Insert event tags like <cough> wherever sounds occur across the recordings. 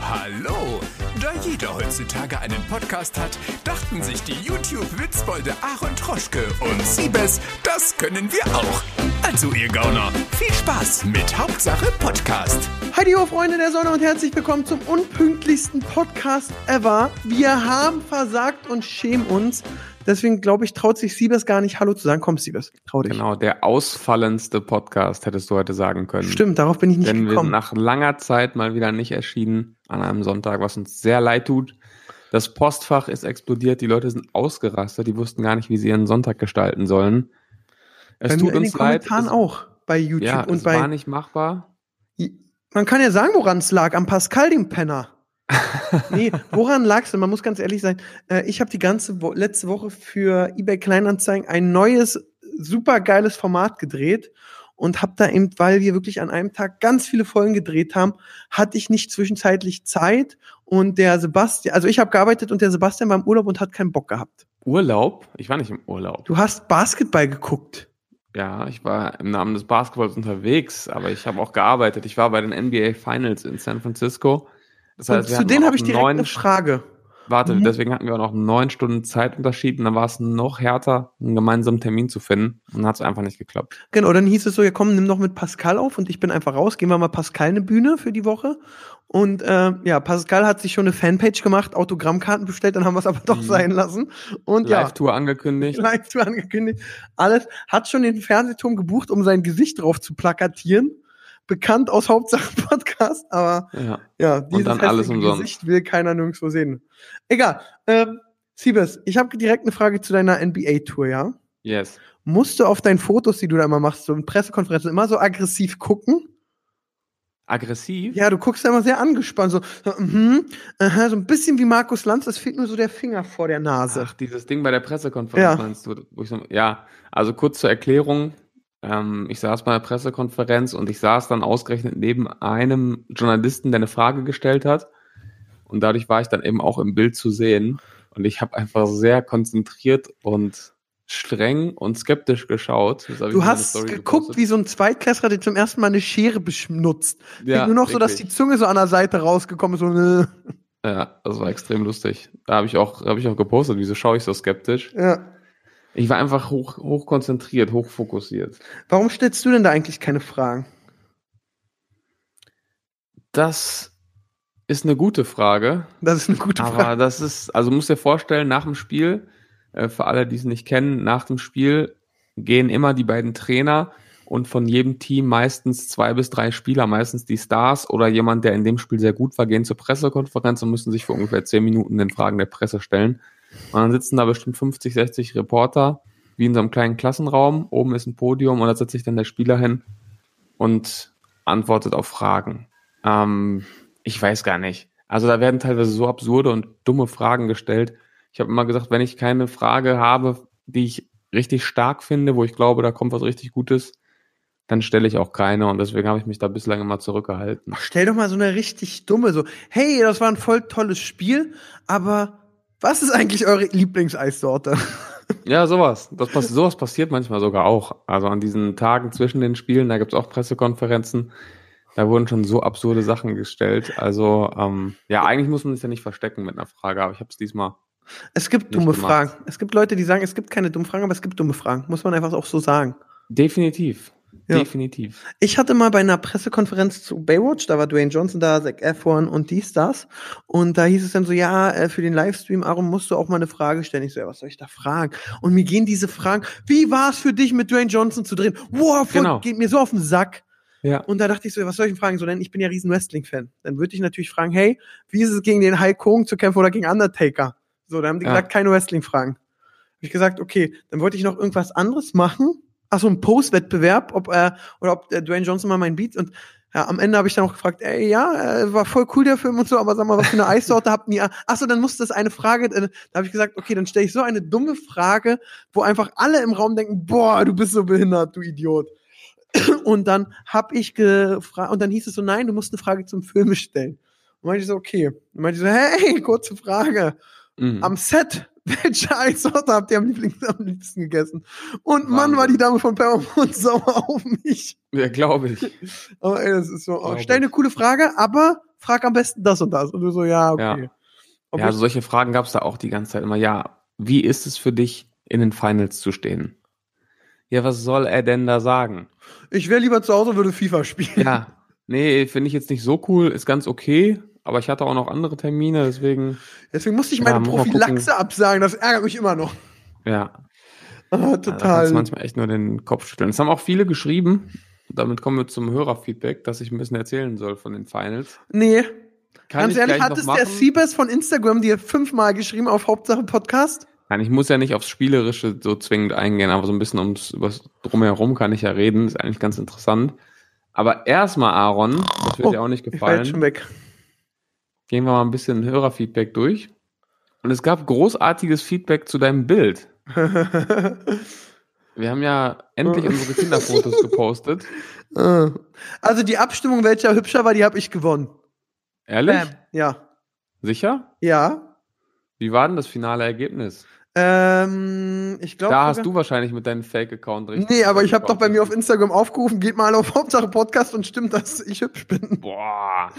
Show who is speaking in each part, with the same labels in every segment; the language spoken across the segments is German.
Speaker 1: Hallo! Da jeder heutzutage einen Podcast hat, dachten sich die YouTube-Witzbolde Aaron Troschke und Siebes, das können wir auch. Also ihr Gauner, viel Spaß mit Hauptsache Podcast.
Speaker 2: Heidi, ho, Freunde der Sonne und herzlich willkommen zum unpünktlichsten Podcast ever. Wir haben versagt und schämen uns. Deswegen glaube ich, traut sich Siebes gar nicht, Hallo zu sagen. Komm, Siebes, trau dich.
Speaker 3: Genau, der ausfallendste Podcast hättest du heute sagen können.
Speaker 2: Stimmt, darauf bin ich nicht
Speaker 3: Denn wir sind
Speaker 2: gekommen.
Speaker 3: nach langer Zeit mal wieder nicht erschienen an einem Sonntag, was uns sehr leid tut. Das Postfach ist explodiert, die Leute sind ausgerastet, die wussten gar nicht, wie sie ihren Sonntag gestalten sollen. Es
Speaker 2: bei mir
Speaker 3: tut
Speaker 2: in den
Speaker 3: uns leid.
Speaker 2: Kommentaren
Speaker 3: es,
Speaker 2: auch bei YouTube
Speaker 3: ja,
Speaker 2: und
Speaker 3: es war
Speaker 2: bei.
Speaker 3: nicht machbar.
Speaker 2: Man kann ja sagen, woran es lag. Am Pascal, dem
Speaker 3: <laughs>
Speaker 2: Penner. nee, woran lag's denn? Man muss ganz ehrlich sein. Äh, ich habe die ganze Wo letzte Woche für eBay Kleinanzeigen ein neues, supergeiles Format gedreht und habe da eben, weil wir wirklich an einem Tag ganz viele Folgen gedreht haben, hatte ich nicht zwischenzeitlich Zeit und der Sebastian, also ich habe gearbeitet und der Sebastian war im Urlaub und hat keinen Bock gehabt.
Speaker 3: Urlaub? Ich war nicht im Urlaub.
Speaker 2: Du hast Basketball geguckt.
Speaker 3: Ja, ich war im Namen des Basketballs unterwegs, aber ich habe auch gearbeitet. Ich war bei den NBA Finals in San Francisco. Das
Speaker 2: Und
Speaker 3: wir
Speaker 2: zu
Speaker 3: hatten
Speaker 2: denen
Speaker 3: auch
Speaker 2: habe ich direkt
Speaker 3: neun
Speaker 2: eine Frage.
Speaker 3: Warte,
Speaker 2: Mhm.
Speaker 3: deswegen hatten wir auch noch neun Stunden Zeitunterschied und dann war es noch härter, einen gemeinsamen Termin zu finden und hat es einfach nicht geklappt.
Speaker 2: Genau, dann hieß es so, ja komm, nimm noch mit Pascal auf und ich bin einfach raus, gehen wir mal Pascal eine Bühne für die Woche. Und äh, ja, Pascal hat sich schon eine Fanpage gemacht, Autogrammkarten bestellt, dann haben wir es aber doch
Speaker 3: Mhm.
Speaker 2: sein lassen. Und ja, <laughs> Genau.
Speaker 3: Live-Tour angekündigt.
Speaker 2: Live-Tour angekündigt, alles, hat schon den Fernsehturm gebucht, um sein Gesicht drauf zu plakatieren. Bekannt aus Hauptsache Podcast, aber
Speaker 3: Ja.
Speaker 2: ja, dieses
Speaker 3: dann alles
Speaker 2: hässliche
Speaker 3: umsonst.
Speaker 2: Gesicht will keiner nirgendwo sehen. Egal, ähm, Siebes, ich habe direkt eine Frage zu deiner NBA-Tour, ja?
Speaker 3: Yes.
Speaker 2: musst du auf deinen Fotos, die du da immer machst, so in Pressekonferenzen immer so aggressiv gucken.
Speaker 3: Aggressiv?
Speaker 2: Ja, du guckst da immer sehr angespannt, so, so, mhm, aha, so ein bisschen wie Markus Lanz, es fehlt nur so der Finger vor der Nase.
Speaker 3: Ach, dieses Ding bei der Pressekonferenz
Speaker 2: Ja.
Speaker 3: meinst du? Wo ich so, ja, also kurz zur Erklärung. Ähm, ich saß bei der Pressekonferenz und ich saß dann ausgerechnet neben einem Journalisten, der eine Frage gestellt hat. Und dadurch war ich dann eben auch im Bild zu sehen. Und ich habe einfach sehr konzentriert und streng und skeptisch geschaut. Das hab ich in
Speaker 2: du
Speaker 3: meine
Speaker 2: hast
Speaker 3: Story
Speaker 2: geguckt, wie so ein Zweitklässler, der zum ersten Mal eine Schere benutzt.
Speaker 3: gepostet.
Speaker 2: Ja, nur noch so, dass
Speaker 3: wirklich.
Speaker 2: die Zunge so an der Seite rausgekommen ist. So, ne.
Speaker 3: Ja, das war extrem lustig. Da habe ich, auch- hab ich auch gepostet, wieso schaue ich so skeptisch?
Speaker 2: äh, ja.
Speaker 3: Ich war einfach hoch, hoch konzentriert, hoch fokussiert.
Speaker 2: Warum stellst du denn da eigentlich keine Fragen?
Speaker 3: Das ist eine gute Frage.
Speaker 2: Das ist eine gute Frage.
Speaker 3: Aber das ist, also musst dir vorstellen, nach dem Spiel, äh, für alle, die es nicht kennen, nach dem Spiel gehen immer die beiden Trainer und von jedem Team meistens zwei bis drei Spieler, meistens die Stars oder jemand, der in dem Spiel sehr gut war, gehen zur Pressekonferenz und müssen sich für ungefähr zehn Minuten den Fragen der Presse stellen. Und dann sitzen da bestimmt 50, 60 Reporter, wie in so einem kleinen Klassenraum. Oben ist ein Podium und da setzt sich dann der Spieler hin und antwortet auf Fragen. Ähm, ich weiß gar nicht. Also da werden teilweise so absurde und dumme Fragen gestellt. Ich habe immer gesagt, wenn ich keine Frage habe, die ich richtig stark finde, wo ich glaube, da kommt was richtig Gutes, dann stelle ich auch keine und deswegen habe ich mich da bislang immer zurückgehalten.
Speaker 2: Stell doch mal so eine richtig dumme, so, hey, das war ein voll tolles Spiel, aber was ist eigentlich eure Lieblingseissorte?
Speaker 3: Ja, sowas. Das pass sowas passiert manchmal sogar auch. Also an diesen Tagen zwischen den Spielen, da gibt's auch Pressekonferenzen, da wurden schon so absurde Sachen gestellt. Also ähm, ja, eigentlich muss man sich ja nicht verstecken mit einer Frage, aber ich habe es diesmal
Speaker 2: Es gibt
Speaker 3: nicht
Speaker 2: dumme
Speaker 3: gemacht.
Speaker 2: Fragen. Es gibt Leute, die sagen, es gibt keine dummen Fragen, aber es gibt dumme Fragen. Muss man einfach auch so sagen.
Speaker 3: definitiv.
Speaker 2: Ja.
Speaker 3: Definitiv.
Speaker 2: Ich hatte mal bei einer Pressekonferenz zu Baywatch, da war Dwayne Johnson da, Zac Efron und dies, das. Und da hieß es dann so, ja, äh, für den Livestream, Aaron, musst du auch mal eine Frage stellen. Ich so, ja, was soll ich da fragen? Und mir gehen diese Fragen, wie war es für dich, mit Dwayne Johnson zu drehen? Wow, voll,
Speaker 3: Genau.
Speaker 2: geht mir so auf den Sack.
Speaker 3: Ja.
Speaker 2: Und da dachte ich so, ja, was soll ich denn fragen? So, denn ich bin ja riesen Wrestling-Fan. Dann würde ich natürlich fragen, hey, wie ist es gegen den Hulk Hogan zu kämpfen oder gegen Undertaker? So, dann haben die
Speaker 3: Ja.
Speaker 2: gesagt, keine Wrestling-Fragen. Habe ich gesagt, okay, dann wollte ich noch irgendwas anderes machen. Ach so, ein Post-Wettbewerb, ob äh, oder ob äh, Dwayne Johnson mal mein Beat und ja, am Ende habe ich dann auch gefragt, ey, ja, äh, war voll cool der Film und so, aber sag mal, was für eine Eissorte habt ihr? Ach so, dann musste das eine Frage, äh, da habe ich gesagt, okay, dann stelle ich so eine dumme Frage, wo einfach alle im Raum denken, boah, du bist so behindert, du Idiot. Und dann habe ich gefragt, und dann hieß es so, nein, du musst eine Frage zum Film stellen. Und meinte ich so, okay. Und meinte ich so, hey, <laughs> kurze Frage.
Speaker 3: Mhm.
Speaker 2: Am Set, <laughs> welche Eissorte habt ihr am, Lieblings am liebsten gegessen? Und Mann,
Speaker 3: Wahnsinn.
Speaker 2: war die Dame von <laughs> Peppermint sauer auf mich.
Speaker 3: Ja, glaube ich.
Speaker 2: Aber ey, das ist so, oh,
Speaker 3: Glaube
Speaker 2: stell eine
Speaker 3: ich.
Speaker 2: coole Frage, aber frag am besten das und das. Und du so, ja, okay.
Speaker 3: Ja.
Speaker 2: Ob ich-
Speaker 3: ja, also solche Fragen gab es da auch die ganze Zeit immer. Ja, wie ist es für dich, in den Finals zu stehen? Ja, was soll er denn da sagen?
Speaker 2: ich wäre lieber zu Hause und würde FIFA spielen. <laughs>
Speaker 3: Ja, nee, finde ich jetzt nicht so cool, ist ganz okay, aber ich hatte auch noch andere Termine, deswegen,
Speaker 2: Deswegen musste ich
Speaker 3: Ja,
Speaker 2: meine
Speaker 3: muss man
Speaker 2: Prophylaxe absagen. Das ärgert mich immer noch. <laughs>
Speaker 3: ja,
Speaker 2: Ah,
Speaker 3: da kannst
Speaker 2: total.
Speaker 3: du manchmal echt nur den Kopf schütteln. Es haben auch viele geschrieben, damit kommen wir zum Hörerfeedback, dass ich ein bisschen erzählen soll von den Finals.
Speaker 2: nee.
Speaker 3: Kann
Speaker 2: Ganz
Speaker 3: ich
Speaker 2: ehrlich,
Speaker 3: gleich
Speaker 2: hat
Speaker 3: noch
Speaker 2: es der
Speaker 3: machen.
Speaker 2: Siebes von Instagram dir fünfmal geschrieben auf Hauptsache Podcast?
Speaker 3: Nein, ich muss ja nicht aufs Spielerische so zwingend eingehen, aber so ein bisschen ums übers Drumherum kann ich ja reden. Ist eigentlich ganz interessant. Aber erstmal, Aaron, das wird
Speaker 2: Oh,
Speaker 3: dir auch nicht
Speaker 2: Ich war jetzt
Speaker 3: gefallen,
Speaker 2: schon weg.
Speaker 3: gehen wir mal ein bisschen Hörerfeedback durch. Und es gab großartiges Feedback zu
Speaker 2: <laughs>
Speaker 3: deinem Bild. Wir haben ja endlich
Speaker 2: Oh.
Speaker 3: unsere
Speaker 2: <laughs>
Speaker 3: Kinderfotos gepostet.
Speaker 2: Ah. also die Abstimmung, welcher hübscher war, die habe ich gewonnen.
Speaker 3: Ehrlich?
Speaker 2: Bam. Ja.
Speaker 3: Sicher?
Speaker 2: Ja.
Speaker 3: Wie war denn das finale Ergebnis?
Speaker 2: Ähm, ich glaube.
Speaker 3: Da hast du wahrscheinlich mit deinem Fake-Account richtig.
Speaker 2: Nee, aber ich habe doch bei mir auf Instagram aufgerufen, geht mal auf <laughs> Hauptsache Podcast und stimmt, dass ich hübsch bin.
Speaker 3: Boah.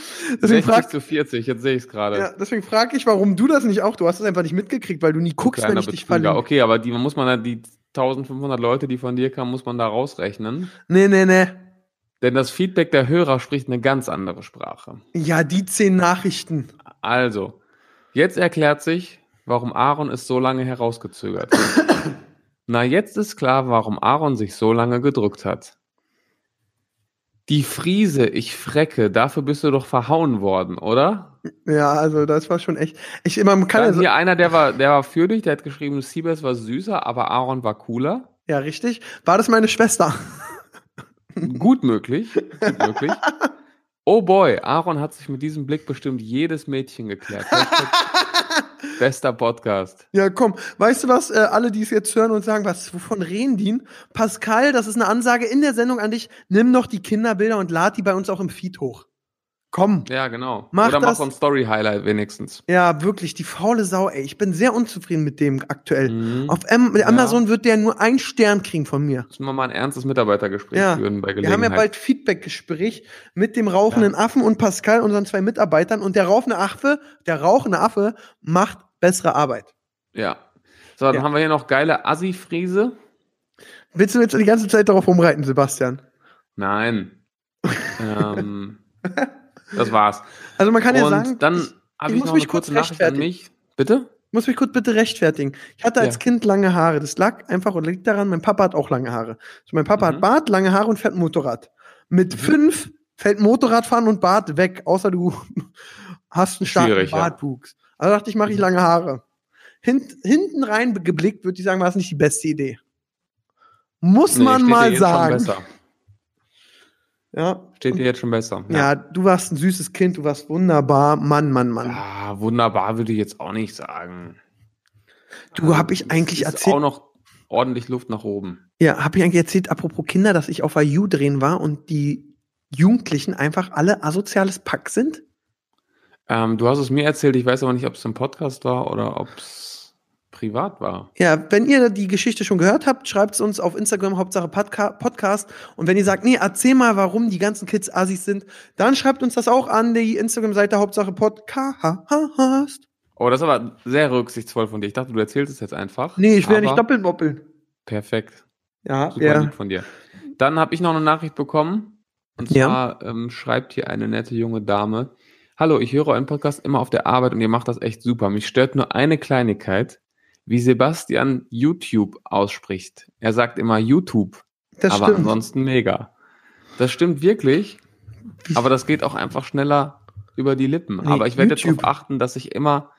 Speaker 2: Deswegen
Speaker 3: 60
Speaker 2: frag,
Speaker 3: zu 40, jetzt sehe ich es gerade.
Speaker 2: ja, deswegen frag ich, warum du das nicht auch. Du hast es einfach nicht mitgekriegt, weil du nie guckst, wenn
Speaker 3: Kleiner
Speaker 2: ich dich
Speaker 3: Betrüger.
Speaker 2: verlinke.
Speaker 3: Okay, aber die man muss man ja die 1500 Leute, die von dir kamen, muss man da rausrechnen.
Speaker 2: Nee, nee, nee.
Speaker 3: Denn das Feedback der Hörer spricht eine ganz andere Sprache.
Speaker 2: Ja, die zehn Nachrichten.
Speaker 3: Also, jetzt erklärt sich, warum Aaron es so lange herausgezögert hat.
Speaker 2: <coughs>
Speaker 3: Na, jetzt ist klar, warum Aaron sich so lange gedrückt hat. Die Friese, ich frecke, dafür bist du doch verhauen worden, oder?
Speaker 2: Ja, also das war schon echt. Ich, man kann also
Speaker 3: Dann
Speaker 2: ja, so,
Speaker 3: hier einer, der war, der war für dich, der hat geschrieben, Siebes war süßer, aber Aaron war cooler.
Speaker 2: ja, richtig. War das meine Schwester?
Speaker 3: Gut möglich. Gut möglich. Oh boy, Aaron hat sich mit diesem Blick bestimmt jedes Mädchen geklärt.
Speaker 2: <laughs>
Speaker 3: Hashtag Bester Podcast.
Speaker 2: Ja, komm. Weißt du was? Äh, alle, die es jetzt hören und sagen, was, wovon reden die? Pascal, das ist eine Ansage in der Sendung an dich. Nimm doch die Kinderbilder und lad die bei uns auch im Feed hoch. Komm.
Speaker 3: Ja, genau.
Speaker 2: Mach
Speaker 3: Oder
Speaker 2: das.
Speaker 3: mach so ein Story-Highlight wenigstens.
Speaker 2: Ja, wirklich, die faule Sau, ey. Ich bin sehr unzufrieden mit dem aktuell.
Speaker 3: Mhm.
Speaker 2: Auf Am Amazon wird der nur einen Stern kriegen von mir.
Speaker 3: Müssen wir mal ein ernstes Mitarbeitergespräch
Speaker 2: Ja.
Speaker 3: führen bei
Speaker 2: Wir
Speaker 3: Gelegenheit.
Speaker 2: haben ja bald Feedbackgespräch mit dem rauchenden Affen und Pascal, unseren zwei Mitarbeitern. Und der rauchende Affe, der rauchende Affe macht bessere Arbeit.
Speaker 3: Ja. So, dann
Speaker 2: Ja.
Speaker 3: haben wir hier noch geile Assi-Friese.
Speaker 2: Willst du jetzt die ganze Zeit darauf rumreiten, Sebastian?
Speaker 3: Nein.
Speaker 2: <laughs>
Speaker 3: ähm, das war's.
Speaker 2: Also man kann
Speaker 3: Und
Speaker 2: ja sagen,
Speaker 3: dann
Speaker 2: ich ich
Speaker 3: habe ich,
Speaker 2: muss
Speaker 3: noch
Speaker 2: mich
Speaker 3: eine kurze
Speaker 2: kurz
Speaker 3: Nachricht an mich. Bitte?
Speaker 2: muss mich kurz bitte rechtfertigen. Ich hatte als
Speaker 3: Ja.
Speaker 2: Kind lange Haare. Das lag einfach und liegt daran, mein Papa hat auch lange Haare. So, mein Papa hat
Speaker 3: Mhm.
Speaker 2: Bart, lange Haare und fährt ein Motorrad. Mit fünf fällt Motorradfahren und Bart weg, außer du <laughs> hast einen starken
Speaker 3: Schwierig, ja. Mhm.
Speaker 2: Bartwuchs. Also dachte ich, mache ich lange Haare. Hint, hinten rein geblickt, würde ich sagen, war es nicht die beste Idee. Muss
Speaker 3: Nee,
Speaker 2: man
Speaker 3: steht dir
Speaker 2: mal
Speaker 3: jetzt schon
Speaker 2: sagen.
Speaker 3: besser.
Speaker 2: Ja.
Speaker 3: Steht dir jetzt schon besser.
Speaker 2: ja, du warst ein süßes Kind, du warst wunderbar. Mann, Mann, Mann.
Speaker 3: Ja, wunderbar würde ich jetzt auch nicht sagen. Ähm,
Speaker 2: Du, hab ich
Speaker 3: es
Speaker 2: eigentlich
Speaker 3: ist
Speaker 2: erzählt-
Speaker 3: auch noch ordentlich Luft nach oben.
Speaker 2: Ja, hab ich eigentlich erzählt, apropos Kinder, dass ich auf IU drehen war und die Jugendlichen einfach alle asoziales Pack sind?
Speaker 3: Ähm, du hast es mir erzählt, ich weiß aber nicht, ob es im Podcast war oder ob es privat war.
Speaker 2: Ja, wenn ihr die Geschichte schon gehört habt, schreibt es uns auf Instagram, Hauptsache Podca Podcast. Und wenn ihr sagt, nee, erzähl mal, warum die ganzen Kids Assis sind, dann schreibt uns das auch an die Instagram-Seite Hauptsache Podcast.
Speaker 3: Oh, das ist aber sehr rücksichtsvoll von dir. Ich dachte, du erzählst es jetzt einfach.
Speaker 2: Nee, ich will ja
Speaker 3: aber-
Speaker 2: nicht doppelt moppeln.
Speaker 3: Perfekt.
Speaker 2: Ja,
Speaker 3: Super
Speaker 2: ja.
Speaker 3: lieb von dir. Dann habe ich noch eine Nachricht bekommen. Und
Speaker 2: Ja.
Speaker 3: zwar ähm, schreibt hier eine nette junge Dame. Hallo, ich höre euren Podcast immer auf der Arbeit und ihr macht das echt super. Mich stört nur eine Kleinigkeit, wie Sebastian YouTube ausspricht. Er sagt immer YouTube,
Speaker 2: Das
Speaker 3: aber
Speaker 2: stimmt.
Speaker 3: ansonsten mega. Das stimmt wirklich, aber das geht auch einfach schneller über die Lippen.
Speaker 2: Nee,
Speaker 3: aber ich werde jetzt
Speaker 2: YouTube.
Speaker 3: darauf achten, dass ich immer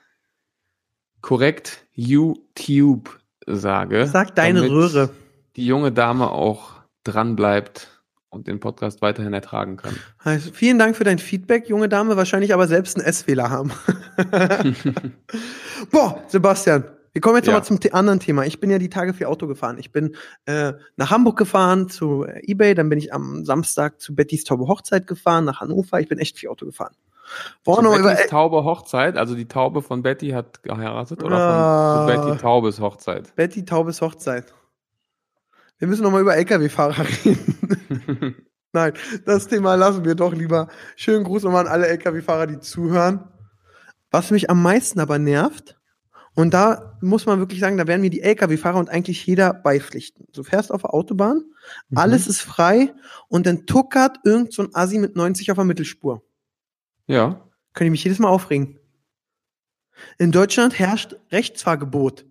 Speaker 3: korrekt YouTube sage.
Speaker 2: Sag deine
Speaker 3: damit
Speaker 2: Röhre.
Speaker 3: die junge Dame auch dran bleibt und den Podcast weiterhin ertragen kann.
Speaker 2: Also, vielen Dank für dein Feedback, junge Dame. Wahrscheinlich aber selbst einen S-Fehler
Speaker 3: <laughs>
Speaker 2: haben. Boah, Sebastian, wir kommen jetzt
Speaker 3: Ja.
Speaker 2: aber zum The- anderen Thema. Ich bin ja die Tage viel Auto gefahren. Ich bin äh, nach Hamburg gefahren zu äh, eBay, dann bin ich am Samstag zu Bettys taube Hochzeit gefahren, nach Hannover. Ich bin echt viel Auto gefahren. Boah, Oh, noch
Speaker 3: Zu
Speaker 2: über
Speaker 3: Bettys taube Hochzeit, also die Taube von Betty hat geheiratet oder
Speaker 2: Ah.
Speaker 3: von zu Betty Taubes Hochzeit.
Speaker 2: Betty
Speaker 3: <laughs>
Speaker 2: Taubes Hochzeit. Wir müssen noch mal über LKW-Fahrer reden. Nein, das Thema lassen wir doch lieber. Schönen Gruß nochmal an alle LKW-Fahrer, die zuhören. Was mich am meisten aber nervt, und da muss man wirklich sagen, da werden mir die LKW-Fahrer und eigentlich jeder beipflichten. Du fährst auf der Autobahn,
Speaker 3: Mhm.
Speaker 2: alles ist frei und dann tuckert irgend so ein Assi mit 90 auf der Mittelspur.
Speaker 3: Ja.
Speaker 2: Könnte ich mich jedes Mal aufregen. In Deutschland herrscht Rechtsfahrgebot.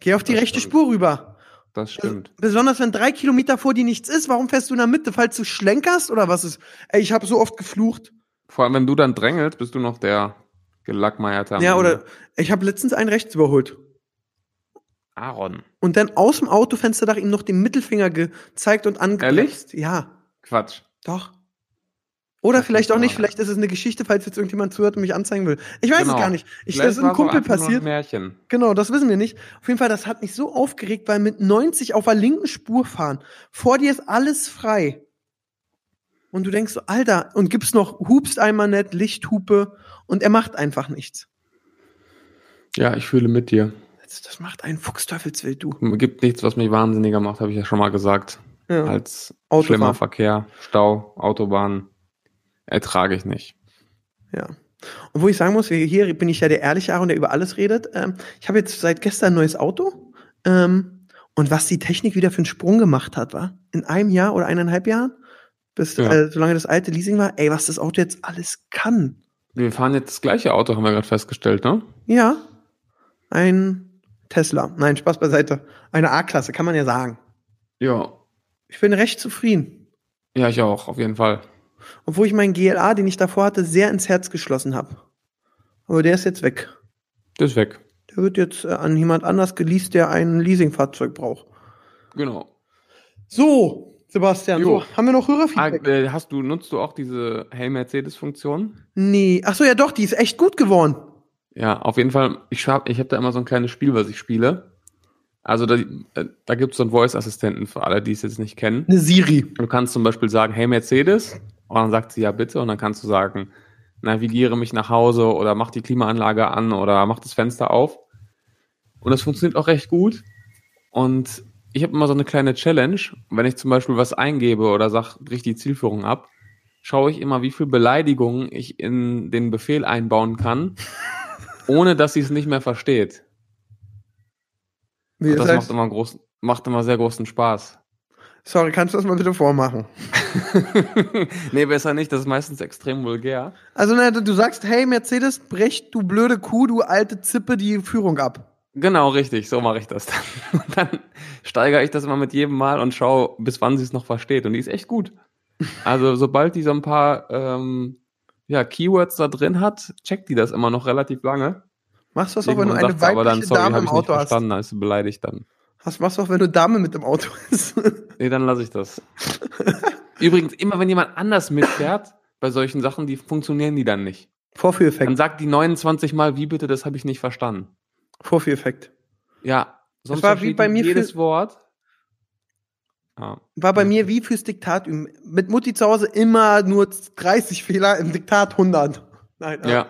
Speaker 2: Geh auf die
Speaker 3: Das
Speaker 2: rechte
Speaker 3: stimmt.
Speaker 2: Spur rüber.
Speaker 3: Das stimmt.
Speaker 2: Besonders wenn drei Kilometer vor dir nichts ist, warum fährst du in der Mitte, falls du schlenkerst oder was ist? Ey, ich habe so oft geflucht.
Speaker 3: Vor allem, wenn du dann drängelst, bist du noch der gelackmeierte. am
Speaker 2: Ja,
Speaker 3: Ende.
Speaker 2: oder ich habe letztens einen rechts überholt.
Speaker 3: Aaron.
Speaker 2: Und dann aus dem Autofensterdach ihm noch den Mittelfinger gezeigt und angeblickst. Ja,
Speaker 3: Quatsch.
Speaker 2: doch. Oder
Speaker 3: Das
Speaker 2: vielleicht
Speaker 3: ist
Speaker 2: auch nicht,
Speaker 3: wahr.
Speaker 2: vielleicht ist es eine Geschichte, falls jetzt irgendjemand zuhört und mich anzeigen will. Ich weiß
Speaker 3: Genau.
Speaker 2: es gar nicht. Ich,
Speaker 3: Vielleicht
Speaker 2: das ist einem
Speaker 3: war es auch
Speaker 2: Kumpel
Speaker 3: einfach nur
Speaker 2: passiert.
Speaker 3: Ein Märchen.
Speaker 2: Genau, das wissen wir nicht. Auf jeden Fall, das hat mich so aufgeregt, weil mit 90 auf der linken Spur fahren. Vor dir ist alles frei. Und du denkst so, Alter, und gibst noch, hupst einmal nett, Lichthupe und er macht einfach nichts.
Speaker 3: Ja, ich fühle mit dir.
Speaker 2: Das, das macht einen Fuchsteufelswild, du.
Speaker 3: Gibt nichts, was mich wahnsinniger macht, habe ich ja schon mal gesagt.
Speaker 2: Ja.
Speaker 3: Als
Speaker 2: Autofahren.
Speaker 3: schlimmer Verkehr, Stau, Autobahn ertrage ich nicht.
Speaker 2: Ja. Und wo ich sagen muss, wir- hier bin ich ja der ehrliche Aaron, der über alles redet. Ähm, ich habe jetzt seit gestern ein neues Auto. Ähm, und was die Technik wieder für einen Sprung gemacht hat, war in einem Jahr oder eineinhalb Jahren, bis
Speaker 3: Ja.
Speaker 2: äh, solange das alte Leasing war, ey, was das Auto jetzt alles kann.
Speaker 3: Wir fahren jetzt das gleiche Auto, haben wir gerade festgestellt, ne?
Speaker 2: Ja. Ein Tesla. Nein, Spaß beiseite. Eine A-Klasse, kann man ja sagen.
Speaker 3: Ja.
Speaker 2: Ich bin recht zufrieden.
Speaker 3: Ja, ich auch, auf jeden Fall.
Speaker 2: Obwohl ich meinen GLA, den ich davor hatte, sehr ins Herz geschlossen habe. Aber der ist jetzt weg.
Speaker 3: Das ist weg.
Speaker 2: Der wird jetzt äh, an jemand anders geleast, der ein Leasingfahrzeug braucht.
Speaker 3: Genau.
Speaker 2: So, Sebastian,
Speaker 3: Jo.
Speaker 2: so, haben wir noch
Speaker 3: Ah,
Speaker 2: Hörerfeedback?
Speaker 3: äh, hast du, nutzt du auch diese Hey Mercedes-Funktion?
Speaker 2: nee. Ach so, ja doch, die ist echt gut geworden.
Speaker 3: Ja, auf jeden Fall. Ich habe ich hab da immer so ein kleines Spiel, was ich spiele. Also da, äh, da gibt es so einen Voice-Assistenten für alle, die es jetzt nicht kennen.
Speaker 2: Eine Siri.
Speaker 3: Du kannst zum Beispiel sagen, hey Mercedes, und dann sagt sie ja bitte, und dann kannst du sagen, navigiere mich nach Hause oder mach die Klimaanlage an oder mach das Fenster auf. Und das funktioniert auch recht gut. Und ich habe immer so eine kleine Challenge, wenn ich zum Beispiel was eingebe oder sag, brich die Zielführung ab, schaue ich immer, wie viel Beleidigungen ich in den Befehl einbauen <laughs> kann, ohne dass sie es nicht mehr versteht.
Speaker 2: Wie
Speaker 3: Und
Speaker 2: das
Speaker 3: das macht
Speaker 2: heißt,
Speaker 3: immer, großen, macht immer sehr großen Spaß.
Speaker 2: sorry, kannst du das mal bitte vormachen?
Speaker 3: nee, besser nicht, das ist meistens extrem vulgär.
Speaker 2: Also, na, du sagst, hey Mercedes, brech du blöde Kuh, du alte Zippe, die Führung ab.
Speaker 3: Genau, richtig, so mache ich das dann. <laughs> Und dann steigere ich das immer mit jedem Mal und schaue, bis wann sie es noch versteht. Und die ist echt gut. Also, sobald die so ein paar ähm, ja, Keywords da drin hat, checkt die das immer noch relativ lange.
Speaker 2: Machst du das auch, wenn du
Speaker 3: Irgendwann
Speaker 2: eine
Speaker 3: sagt sie
Speaker 2: weibliche Dame
Speaker 3: hab
Speaker 2: im
Speaker 3: ich nicht
Speaker 2: Auto hast?
Speaker 3: verstanden, dann ist sie beleidigt dann.
Speaker 2: hast? Machst du auch, wenn du Dame mit im Auto <laughs> bist?
Speaker 3: Nee, dann lasse ich das. <laughs> Übrigens, immer wenn jemand anders mitfährt, bei solchen Sachen, die funktionieren die dann nicht. Dann
Speaker 2: Vorführeffekt.
Speaker 3: sagt die 29 Mal, wie bitte, das habe ich nicht verstanden.
Speaker 2: Vorführeffekt.
Speaker 3: Ja,
Speaker 2: Das war wie
Speaker 3: versteht
Speaker 2: bei
Speaker 3: die
Speaker 2: mir für-
Speaker 3: jedes Wort. Ah.
Speaker 2: War bei mir wie fürs Diktat üben. Mit Mutti zu Hause immer nur 30 Fehler, im Diktat 100. Nein, aber-
Speaker 3: Ja.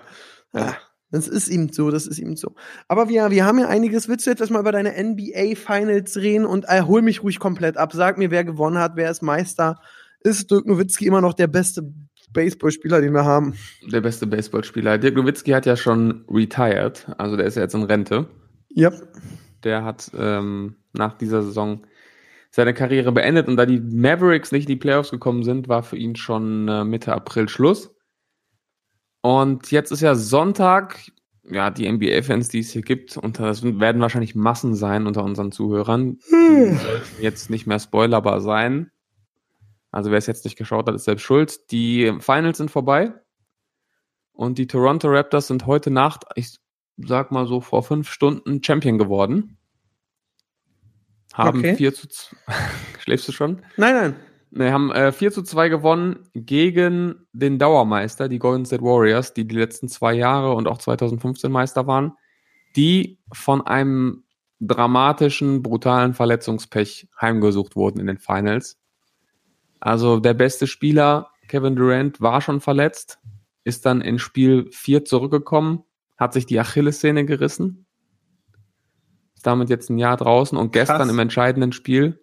Speaker 2: Ah, das ist eben so, das ist eben so. Aber wir, wir haben ja einiges. Willst du jetzt erstmal über deine NBA Finals reden und erhol mich ruhig komplett ab? Sag mir, wer gewonnen hat, wer ist Meister? Ist Dirk Nowitzki immer noch der beste Baseballspieler, den wir haben?
Speaker 3: Der beste Baseballspieler. Dirk Nowitzki hat ja schon retired, also der ist ja jetzt in Rente.
Speaker 2: Ja.
Speaker 3: Der hat ähm, nach dieser Saison seine Karriere beendet und da die Mavericks nicht in die Playoffs gekommen sind, war für ihn schon äh, Mitte April Schluss. Und jetzt ist ja Sonntag. Ja, die NBA-Fans, die es hier gibt, und das werden wahrscheinlich Massen sein unter unseren Zuhörern. Die sollten jetzt nicht mehr spoilerbar sein. Also wer es jetzt nicht geschaut hat, ist selbst schuld. Die Finals sind vorbei. Und die Toronto Raptors sind heute Nacht, ich sag mal so vor fünf Stunden, Champion geworden. Haben
Speaker 2: Okay.
Speaker 3: 4 zu 2. <laughs> Schläfst du schon?
Speaker 2: Nein, nein.
Speaker 3: Ne, haben äh, 4 zu 2 gewonnen gegen den Dauermeister, die Golden State Warriors, die die letzten zwei Jahre und auch 2015 Meister waren, die von einem dramatischen, brutalen Verletzungspech heimgesucht wurden in den Finals. Also der beste Spieler, Kevin Durant, war schon verletzt, ist dann in Spiel 4 zurückgekommen, hat sich die Achillessehne gerissen, ist damit jetzt ein Jahr draußen und gestern
Speaker 2: Krass.
Speaker 3: im entscheidenden Spiel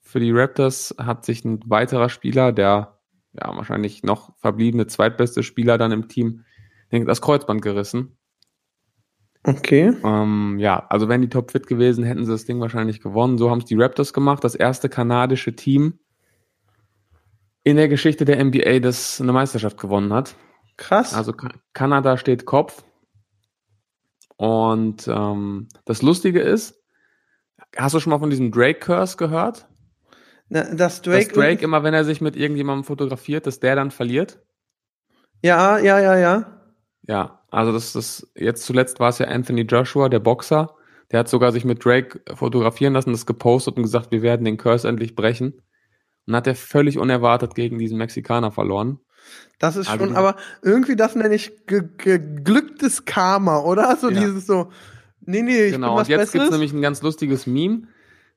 Speaker 3: Für die Raptors hat sich ein weiterer Spieler, der ja wahrscheinlich noch verbliebene zweitbeste Spieler dann im Team, das Kreuzband gerissen.
Speaker 2: Okay.
Speaker 3: Ähm, ja, also wären die topfit gewesen, hätten sie das Ding wahrscheinlich gewonnen. So haben es die Raptors gemacht, das erste kanadische Team in der Geschichte der NBA, das eine Meisterschaft gewonnen hat.
Speaker 2: Krass.
Speaker 3: Also Ka- Kanada steht Kopf. Und ähm, das Lustige ist, hast du schon mal von diesem Drake-Curse gehört?
Speaker 2: Na, dass Drake.
Speaker 3: dass Drake immer, wenn er sich mit irgendjemandem fotografiert, dass der dann verliert?
Speaker 2: ja, ja, ja, ja.
Speaker 3: Ja, also das ist, jetzt zuletzt war es ja Anthony Joshua, der Boxer. Der hat sogar sich mit Drake fotografieren lassen, das gepostet und gesagt, wir werden den Curse endlich brechen. Und hat er völlig unerwartet gegen diesen Mexikaner verloren.
Speaker 2: Das ist
Speaker 3: Also
Speaker 2: schon,
Speaker 3: die-
Speaker 2: aber irgendwie das nenne ich ge- geglücktes Karma, oder? So
Speaker 3: Ja.
Speaker 2: dieses so, nee, nee, ich
Speaker 3: genau,
Speaker 2: bin was
Speaker 3: und jetzt gibt's
Speaker 2: Besseres.
Speaker 3: nämlich ein ganz lustiges Meme,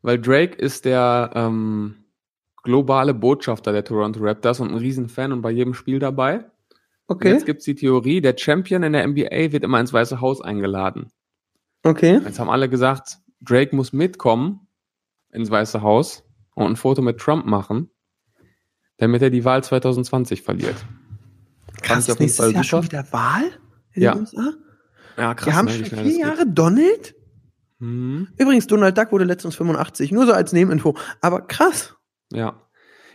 Speaker 3: weil Drake ist der ähm, globale Botschafter der Toronto Raptors und ein Riesenfan und bei jedem Spiel dabei. Und
Speaker 2: okay,
Speaker 3: jetzt gibt's die Theorie, der Champion in der NBA wird immer ins Weiße Haus eingeladen.
Speaker 2: okay.
Speaker 3: Jetzt haben alle gesagt, Drake muss mitkommen ins Weiße Haus und ein Foto mit Trump machen, damit er die Wahl 2020 verliert.
Speaker 2: Krass,
Speaker 3: ich auf jeden
Speaker 2: nächstes
Speaker 3: Fall
Speaker 2: Jahr schon
Speaker 3: super.
Speaker 2: wieder Wahl in
Speaker 3: Ja.
Speaker 2: den USA?
Speaker 3: Ja,
Speaker 2: Wir haben
Speaker 3: ne, wie
Speaker 2: schon
Speaker 3: schnell
Speaker 2: vier
Speaker 3: das geht.
Speaker 2: Jahre Donald?
Speaker 3: Hm.
Speaker 2: Übrigens, Donald Duck wurde letztens 85, nur so als Nebeninfo. Aber krass.
Speaker 3: Ja.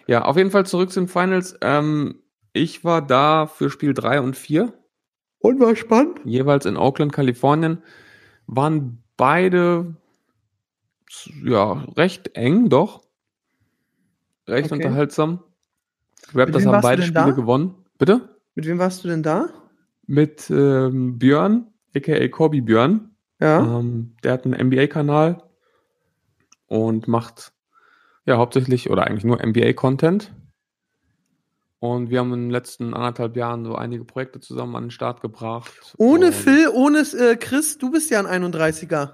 Speaker 3: Ja, auf jeden Fall zurück zu den Finals. Ähm, ich war da für Spiel 3 und 4,
Speaker 2: Und war spannend.
Speaker 3: jeweils in Oakland, Kalifornien. Waren beide ja, recht eng, doch. Recht
Speaker 2: Okay.
Speaker 3: unterhaltsam. Die Raptors
Speaker 2: wem
Speaker 3: haben
Speaker 2: warst du
Speaker 3: beide
Speaker 2: denn
Speaker 3: Spiele
Speaker 2: da?
Speaker 3: gewonnen. Bitte?
Speaker 2: Mit wem warst du denn da?
Speaker 3: Mit ähm, Björn, aka Kobi Björn.
Speaker 2: Ja.
Speaker 3: Ähm, der hat einen NBA-Kanal und macht ja hauptsächlich oder eigentlich nur NBA-Content. Und wir haben in den letzten anderthalb Jahren so einige Projekte zusammen an den Start gebracht.
Speaker 2: Ohne
Speaker 3: Und-
Speaker 2: Phil, ohne äh, Chris, du bist ja ein 31er.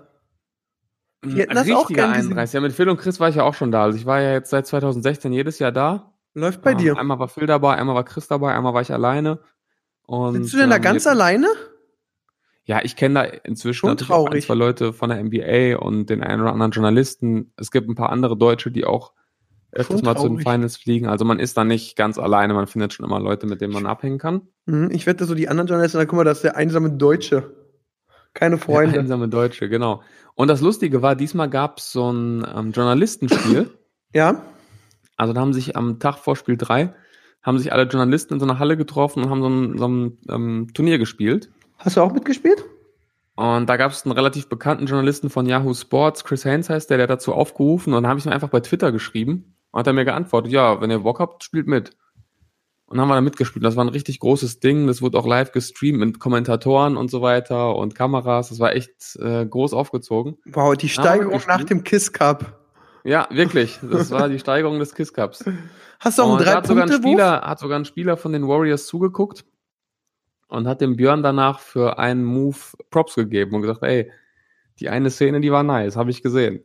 Speaker 3: Ein
Speaker 2: hätten das auch
Speaker 3: richtiger
Speaker 2: gern gesehen.
Speaker 3: 31. Ja, mit Phil und Chris war ich ja auch schon da. Also ich war ja jetzt seit 2016 jedes Jahr da.
Speaker 2: Läuft bei
Speaker 3: Ähm,
Speaker 2: dir.
Speaker 3: Einmal war Phil dabei, einmal war Chris dabei, einmal war ich alleine. Und,
Speaker 2: Bist du denn da
Speaker 3: ähm,
Speaker 2: ganz
Speaker 3: jetzt-
Speaker 2: alleine?
Speaker 3: Ja, ich kenne da inzwischen
Speaker 2: Schon
Speaker 3: natürlich auch ein,
Speaker 2: traurig.
Speaker 3: zwei Leute von der NBA und den einen oder anderen Journalisten. Es gibt ein paar andere Deutsche, die auch öfters
Speaker 2: Schon
Speaker 3: mal zu den
Speaker 2: traurig.
Speaker 3: Finals fliegen. Also man ist da nicht ganz alleine, man findet schon immer Leute, mit denen man abhängen kann.
Speaker 2: Mhm, Ich wette so die anderen Journalisten, da guck mal, das ist der einsame Deutsche. Keine
Speaker 3: Der
Speaker 2: Freunde.
Speaker 3: einsame Deutsche, genau. Und das Lustige war, diesmal gab es so ein ähm,
Speaker 2: <laughs>
Speaker 3: Journalistenspiel.
Speaker 2: Ja?
Speaker 3: Also da haben sich am Tag vor Spiel 3 haben sich alle Journalisten in so einer Halle getroffen und haben so ein, so ein ähm, Turnier gespielt.
Speaker 2: Hast du auch mitgespielt?
Speaker 3: Und da gab es einen relativ bekannten Journalisten von Yahoo Sports, Chris Haynes heißt der, der hat dazu aufgerufen und dann habe ich ihm einfach bei Twitter geschrieben und hat er mir geantwortet, ja, wenn ihr Bock habt, spielt mit. Und dann haben wir da mitgespielt. Das war ein richtig großes Ding. Das wurde auch live gestreamt mit Kommentatoren und so weiter und Kameras. Das war echt äh, groß aufgezogen.
Speaker 2: Wow, die Steigerung
Speaker 3: mitgespielt.
Speaker 2: nach dem Kiss Cup.
Speaker 3: Ja, wirklich. Das war die Steigerung des Kiss Cups.
Speaker 2: Hast du auch einen
Speaker 3: Und
Speaker 2: drei
Speaker 3: da Oh, hat sogar ein
Speaker 2: punkte Spieler.
Speaker 3: Spieler, hat sogar ein Spieler von den Warriors zugeguckt und hat dem Björn danach für einen Move Props gegeben und gesagt, ey, die eine Szene, die war nice, habe ich gesehen.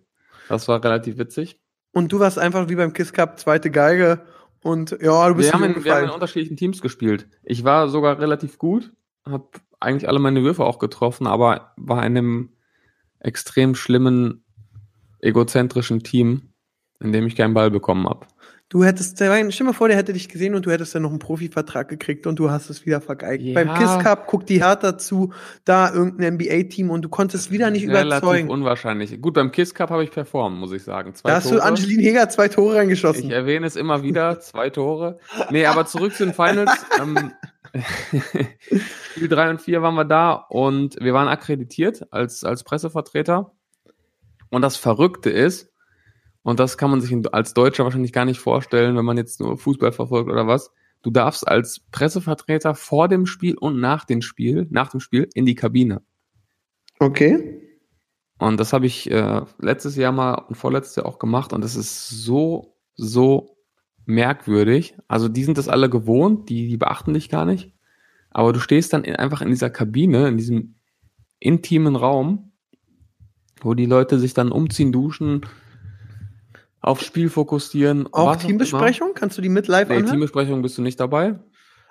Speaker 3: Das war relativ witzig.
Speaker 2: Und du warst einfach wie beim Kiss Cup zweite Geige. Und ja, du bist
Speaker 3: Wir haben,
Speaker 2: mir
Speaker 3: in, wir haben in
Speaker 2: gefallen.
Speaker 3: unterschiedlichen Teams gespielt. Ich war sogar relativ gut, habe eigentlich alle meine Würfe auch getroffen, aber war in einem extrem schlimmen, egozentrischen Team, in dem ich keinen Ball bekommen habe.
Speaker 2: Du hättest, stell dir mal vor, der hätte dich gesehen und du hättest dann noch einen Profivertrag gekriegt und du hast es wieder vergeigt.
Speaker 3: Ja.
Speaker 2: Beim Kiss Cup guckt die Hertha zu, da irgendein NBA-Team und du konntest wieder nicht
Speaker 3: Relativ
Speaker 2: überzeugen.
Speaker 3: unwahrscheinlich. Gut, beim Kiss Cup habe ich performt, muss ich sagen. Zwei
Speaker 2: Da hast du
Speaker 3: Tore.
Speaker 2: Angeline Heger zwei Tore
Speaker 3: Ich
Speaker 2: reingeschossen.
Speaker 3: erwähne es immer wieder, zwei Tore. Nee, aber zurück zu den Finals. ähm, <laughs> Spiel 3 und 4 waren wir da und wir waren akkreditiert als, als Pressevertreter. Und das Verrückte ist, und das kann man sich in- als Deutscher wahrscheinlich gar nicht vorstellen, wenn man jetzt nur Fußball verfolgt oder was, du darfst als Pressevertreter vor dem Spiel und nach dem Spiel, nach dem Spiel in die Kabine.
Speaker 2: Okay.
Speaker 3: Und das habe ich äh, letztes Jahr mal und vorletztes Jahr auch gemacht und das ist so, so merkwürdig. Also die sind das alle gewohnt, die, die beachten dich gar nicht. Aber du stehst dann in, einfach in dieser Kabine, in diesem intimen Raum, wo die Leute sich dann umziehen, duschen, aufs Spiel fokussieren.
Speaker 2: Auch
Speaker 3: was
Speaker 2: Teambesprechung? Kannst du die mit live
Speaker 3: immer. Nee,
Speaker 2: anhören?
Speaker 3: Teambesprechung bist du nicht dabei.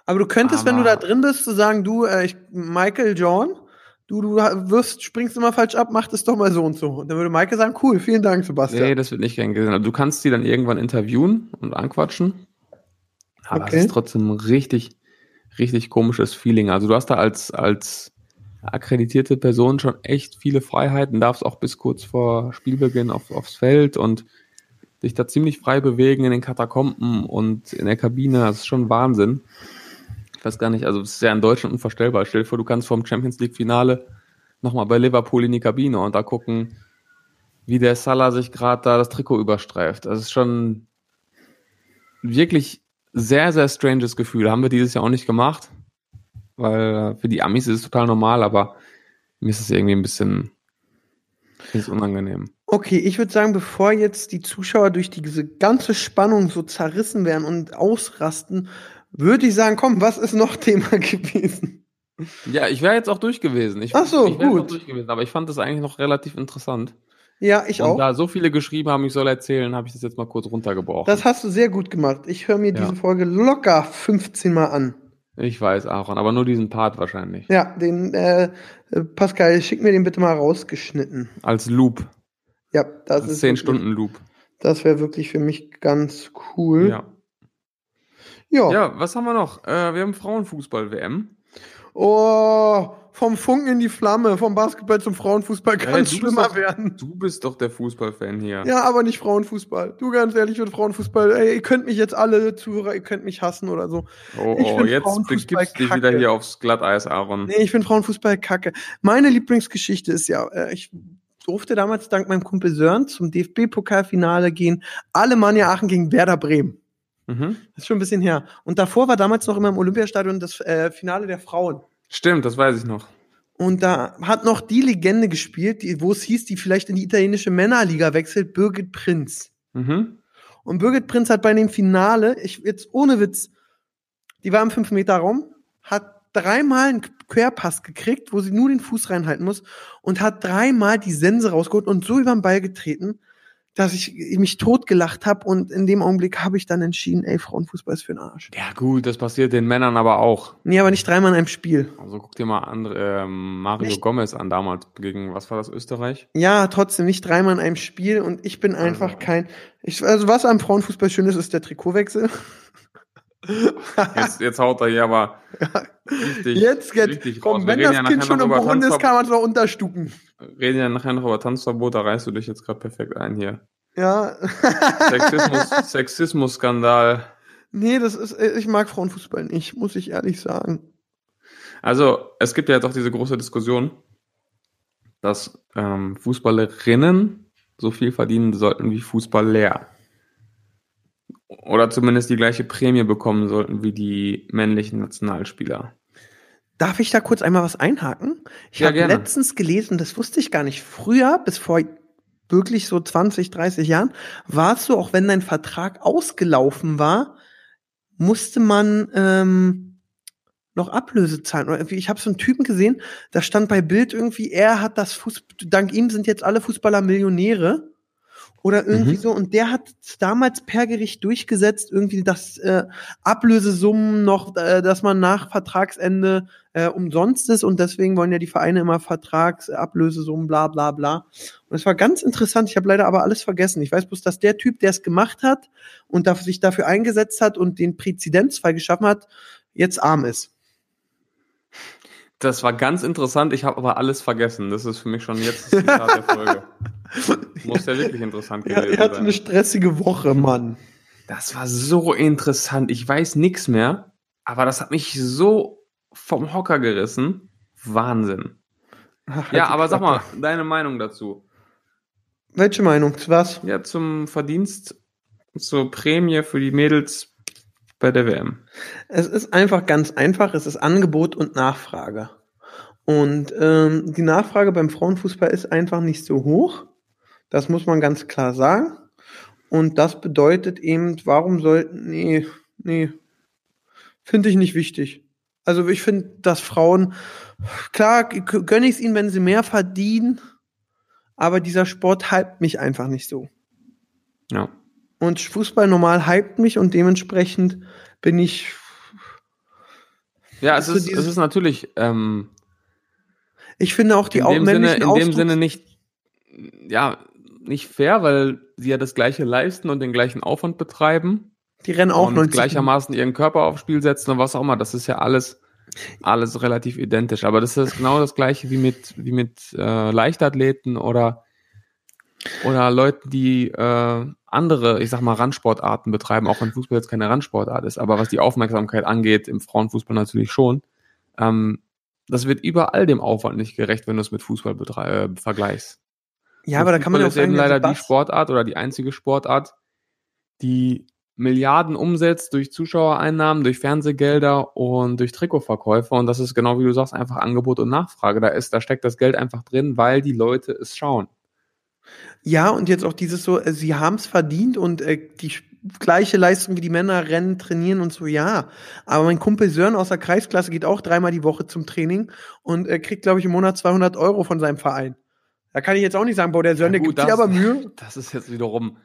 Speaker 2: Aber du könntest, wenn du
Speaker 3: Aber-
Speaker 2: da drin bist, zu sagen, du, äh, ich, Michael John, du, du wirst, springst immer falsch ab, mach das doch mal so und so. Und dann würde Maike sagen, cool, vielen Dank, Sebastian.
Speaker 3: Nee, das wird nicht gern gesehen. Also du kannst sie dann irgendwann interviewen und anquatschen. Aber
Speaker 2: Okay.
Speaker 3: es ist trotzdem ein richtig, richtig komisches Feeling. Also du hast da als, als akkreditierte Person schon echt viele Freiheiten, darfst auch bis kurz vor Spielbeginn auf, aufs Feld und dich da ziemlich frei bewegen in den Katakomben und in der Kabine. Das ist schon Wahnsinn. Ich weiß gar nicht, also es ist ja in Deutschland unvorstellbar. Stell dir vor, du kannst vom Champions League-Finale nochmal bei Liverpool in die Kabine und da gucken, wie der Salah sich gerade da das Trikot überstreift. Das ist schon wirklich sehr, sehr stranges Gefühl. Haben wir dieses Jahr auch nicht gemacht, weil äh, für die Amis ist es total normal, aber mir ist es irgendwie ein bisschen ist unangenehm.
Speaker 2: Okay, ich würde sagen, bevor jetzt die Zuschauer durch diese ganze Spannung so zerrissen werden und ausrasten, würde ich sagen, komm, was ist noch <laughs> Thema gewesen?
Speaker 3: Ja, ich wäre jetzt auch durch gewesen. Ich,
Speaker 2: Ach so,
Speaker 3: ich wär jetzt
Speaker 2: gut.
Speaker 3: auch durch gewesen, aber ich fand das eigentlich noch relativ interessant.
Speaker 2: Ja, ich
Speaker 3: und
Speaker 2: auch.
Speaker 3: da so viele geschrieben haben, ich soll erzählen, habe ich das jetzt mal kurz runtergebrochen.
Speaker 2: Das hast du sehr gut gemacht. Ich höre mir
Speaker 3: Ja.
Speaker 2: diese Folge locker 15 Mal an.
Speaker 3: ich weiß, Aaron, aber nur diesen Part wahrscheinlich.
Speaker 2: Ja, den äh, äh, Pascal, schick mir den bitte mal rausgeschnitten.
Speaker 3: Als Loop.
Speaker 2: Ja, das
Speaker 3: als
Speaker 2: ist
Speaker 3: 10
Speaker 2: wirklich-
Speaker 3: Stunden Loop.
Speaker 2: Das wäre wirklich für mich ganz cool.
Speaker 3: Ja.
Speaker 2: Ja.
Speaker 3: ja, was haben wir noch? Äh, wir haben Frauenfußball-WM.
Speaker 2: Oh, vom Funken in die Flamme, vom Basketball zum Frauenfußball
Speaker 3: Hey,
Speaker 2: kann es
Speaker 3: du bist
Speaker 2: schlimmer
Speaker 3: doch-
Speaker 2: werden.
Speaker 3: Du bist doch der Fußballfan hier.
Speaker 2: Ja, aber nicht Frauenfußball. Du ganz ehrlich und Frauenfußball. Ey, ihr könnt mich jetzt alle Zuhörer, ihr könnt mich hassen oder so.
Speaker 3: Oh,
Speaker 2: Ich
Speaker 3: oh
Speaker 2: find
Speaker 3: jetzt
Speaker 2: Frauenfußball
Speaker 3: begibst dich
Speaker 2: kacke.
Speaker 3: wieder hier aufs Glatteis, Aaron.
Speaker 2: Nee, ich finde Frauenfußball kacke. Meine Lieblingsgeschichte ist ja, äh, ich durfte damals dank meinem Kumpel Sören zum DFB-Pokalfinale gehen. Alemannia Aachen gegen Werder Bremen.
Speaker 3: Mhm.
Speaker 2: Das ist schon ein bisschen her. Und davor war damals noch immer im Olympiastadion das äh, Finale der Frauen.
Speaker 3: Stimmt, das weiß ich noch.
Speaker 2: Und da hat noch die Legende gespielt, die, wo es hieß, die vielleicht in die italienische Männerliga wechselt, Birgit Prinz.
Speaker 3: Mhm.
Speaker 2: Und Birgit Prinz hat bei dem Finale, ich jetzt ohne Witz, die war im 5-Meter-Raum, hat dreimal einen Querpass gekriegt, wo sie nur den Fuß reinhalten muss und hat dreimal die Sense rausgeholt und so über den Ball getreten, dass ich mich totgelacht habe und in dem Augenblick habe ich dann entschieden, ey, Frauenfußball ist für den Arsch.
Speaker 3: Ja, gut, das passiert den Männern aber auch.
Speaker 2: Nee, aber nicht dreimal in einem Spiel.
Speaker 3: Also guck dir mal andere, ähm, Mario
Speaker 2: Nicht-
Speaker 3: Gomez an damals gegen, was war das, Österreich?
Speaker 2: Ja, trotzdem nicht dreimal in einem Spiel und ich bin einfach
Speaker 3: Also.
Speaker 2: kein. Ich, also was am Frauenfußball schön ist, ist der Trikotwechsel.
Speaker 3: Jetzt, jetzt haut er
Speaker 2: <laughs>
Speaker 3: hier aber richtig,
Speaker 2: Jetzt, jetzt,
Speaker 3: richtig
Speaker 2: komm,
Speaker 3: raus.
Speaker 2: wenn
Speaker 3: wir
Speaker 2: das
Speaker 3: reden ja
Speaker 2: Kind
Speaker 3: nachher
Speaker 2: schon
Speaker 3: noch
Speaker 2: im
Speaker 3: über
Speaker 2: Brunnen ist,
Speaker 3: Tanzverbot,
Speaker 2: kann man es noch unterstucken.
Speaker 3: reden ja nachher noch über Tanzverbot, da reißt du dich jetzt gerade perfekt ein hier.
Speaker 2: Ja. <laughs>
Speaker 3: Sexismus, Sexismus-Skandal.
Speaker 2: nee, das ist, äh, ich mag Frauenfußball nicht, muss ich ehrlich sagen.
Speaker 3: Also, es gibt ja jetzt auch diese große Diskussion, dass ähm, Fußballerinnen so viel verdienen sollten wie Fußballlehrer. Oder zumindest die gleiche Prämie bekommen sollten wie die männlichen Nationalspieler.
Speaker 2: Darf ich da kurz einmal was einhaken? Ich
Speaker 3: Ja,
Speaker 2: habe
Speaker 3: gerne.
Speaker 2: letztens gelesen, das wusste ich gar nicht. Früher, bis vor wirklich so 20, 30 Jahren, war es so, auch wenn dein Vertrag ausgelaufen war, musste man ähm, noch Ablöse zahlen. Oder irgendwie, ich habe so einen Typen gesehen, da stand bei Bild irgendwie, er hat das Fußball, dank ihm sind jetzt alle Fußballer Millionäre. Oder irgendwie
Speaker 3: Mhm.
Speaker 2: so. Und der hat damals per Gericht durchgesetzt, irgendwie, dass äh, Ablösesummen noch, äh, dass man nach Vertragsende äh, umsonst ist. Und deswegen wollen ja die Vereine immer Vertragsablösesummen, bla bla bla. Und es war ganz interessant. Ich habe leider aber alles vergessen. Ich weiß bloß, dass der Typ, der es gemacht hat und dafür, sich dafür eingesetzt hat und den Präzedenzfall geschaffen hat, jetzt arm ist.
Speaker 3: Das war ganz interessant, ich habe aber alles vergessen. Das ist für mich schon jetzt das Zitat der Folge. <laughs> Muss ja wirklich interessant
Speaker 2: Er,
Speaker 3: gewesen
Speaker 2: er hatte
Speaker 3: sein.
Speaker 2: eine stressige Woche, Mann.
Speaker 3: Das war so interessant. Ich weiß nichts mehr, aber das hat mich so vom Hocker gerissen. Wahnsinn.
Speaker 2: Ach, halt
Speaker 3: Ja,
Speaker 2: die
Speaker 3: aber sag mal,
Speaker 2: Klappe.
Speaker 3: deine Meinung dazu.
Speaker 2: Welche Meinung? Zu was?
Speaker 3: Ja, zum Verdienst, zur Prämie für die Mädels bei der WM.
Speaker 2: Es ist einfach ganz einfach. Es ist Angebot und Nachfrage. Und ähm, die Nachfrage beim Frauenfußball ist einfach nicht so hoch. Das muss man ganz klar sagen. Und das bedeutet eben, warum sollten, nee, nee, finde ich nicht wichtig. Also ich finde, dass Frauen, klar, g- gönne ich es ihnen, wenn sie mehr verdienen, aber dieser Sport hypt mich einfach nicht so.
Speaker 3: Ja.
Speaker 2: Und Fußball normal hypt mich und dementsprechend bin ich
Speaker 3: Ja, es
Speaker 2: Hast du
Speaker 3: ist,
Speaker 2: dieses-
Speaker 3: es ist natürlich ähm,
Speaker 2: Ich finde auch die
Speaker 3: in
Speaker 2: au-
Speaker 3: dem Sinne,
Speaker 2: männlichen
Speaker 3: in dem
Speaker 2: Ausdrucks-
Speaker 3: Sinne nicht, ja, nicht fair, weil sie ja das gleiche leisten und den gleichen Aufwand betreiben
Speaker 2: die rennen auch
Speaker 3: und
Speaker 2: 90.
Speaker 3: gleichermaßen ihren Körper aufs Spiel setzen und was auch immer. Das ist ja alles, alles relativ identisch. Aber das ist genau das gleiche wie mit, wie mit äh, Leichtathleten oder, oder Leuten, die äh, andere, ich sag mal, Randsportarten betreiben, auch wenn Fußball jetzt keine Randsportart ist. Aber was die Aufmerksamkeit angeht, im Frauenfußball natürlich schon. Ähm, das wird überall dem Aufwand nicht gerecht, wenn du es mit Fußball betrei- äh, vergleichst.
Speaker 2: Ja, aber da kann man ja auch
Speaker 3: Fußball ist
Speaker 2: sagen,
Speaker 3: eben
Speaker 2: ja,
Speaker 3: leider die
Speaker 2: Bass-
Speaker 3: Sportart oder die einzige Sportart, die Milliarden umsetzt durch Zuschauereinnahmen, durch Fernsehgelder und durch Trikotverkäufe. Und das ist genau wie du sagst, einfach Angebot und Nachfrage. Da ist, da steckt das Geld einfach drin, weil die Leute es schauen.
Speaker 2: Ja, und jetzt auch dieses so, äh, sie haben's verdient und äh, die sch- gleiche Leistung wie die Männer rennen, trainieren und so, ja. Aber mein Kumpel Sören aus der Kreisklasse geht auch dreimal die Woche zum Training und äh, kriegt, glaube ich, im Monat 200 Euro von seinem Verein. Da kann ich jetzt auch nicht sagen, boah, der Sören,
Speaker 3: Ja,
Speaker 2: der
Speaker 3: gut,
Speaker 2: gibt sich
Speaker 3: das-
Speaker 2: aber Mühe
Speaker 3: Das ist jetzt wiederum.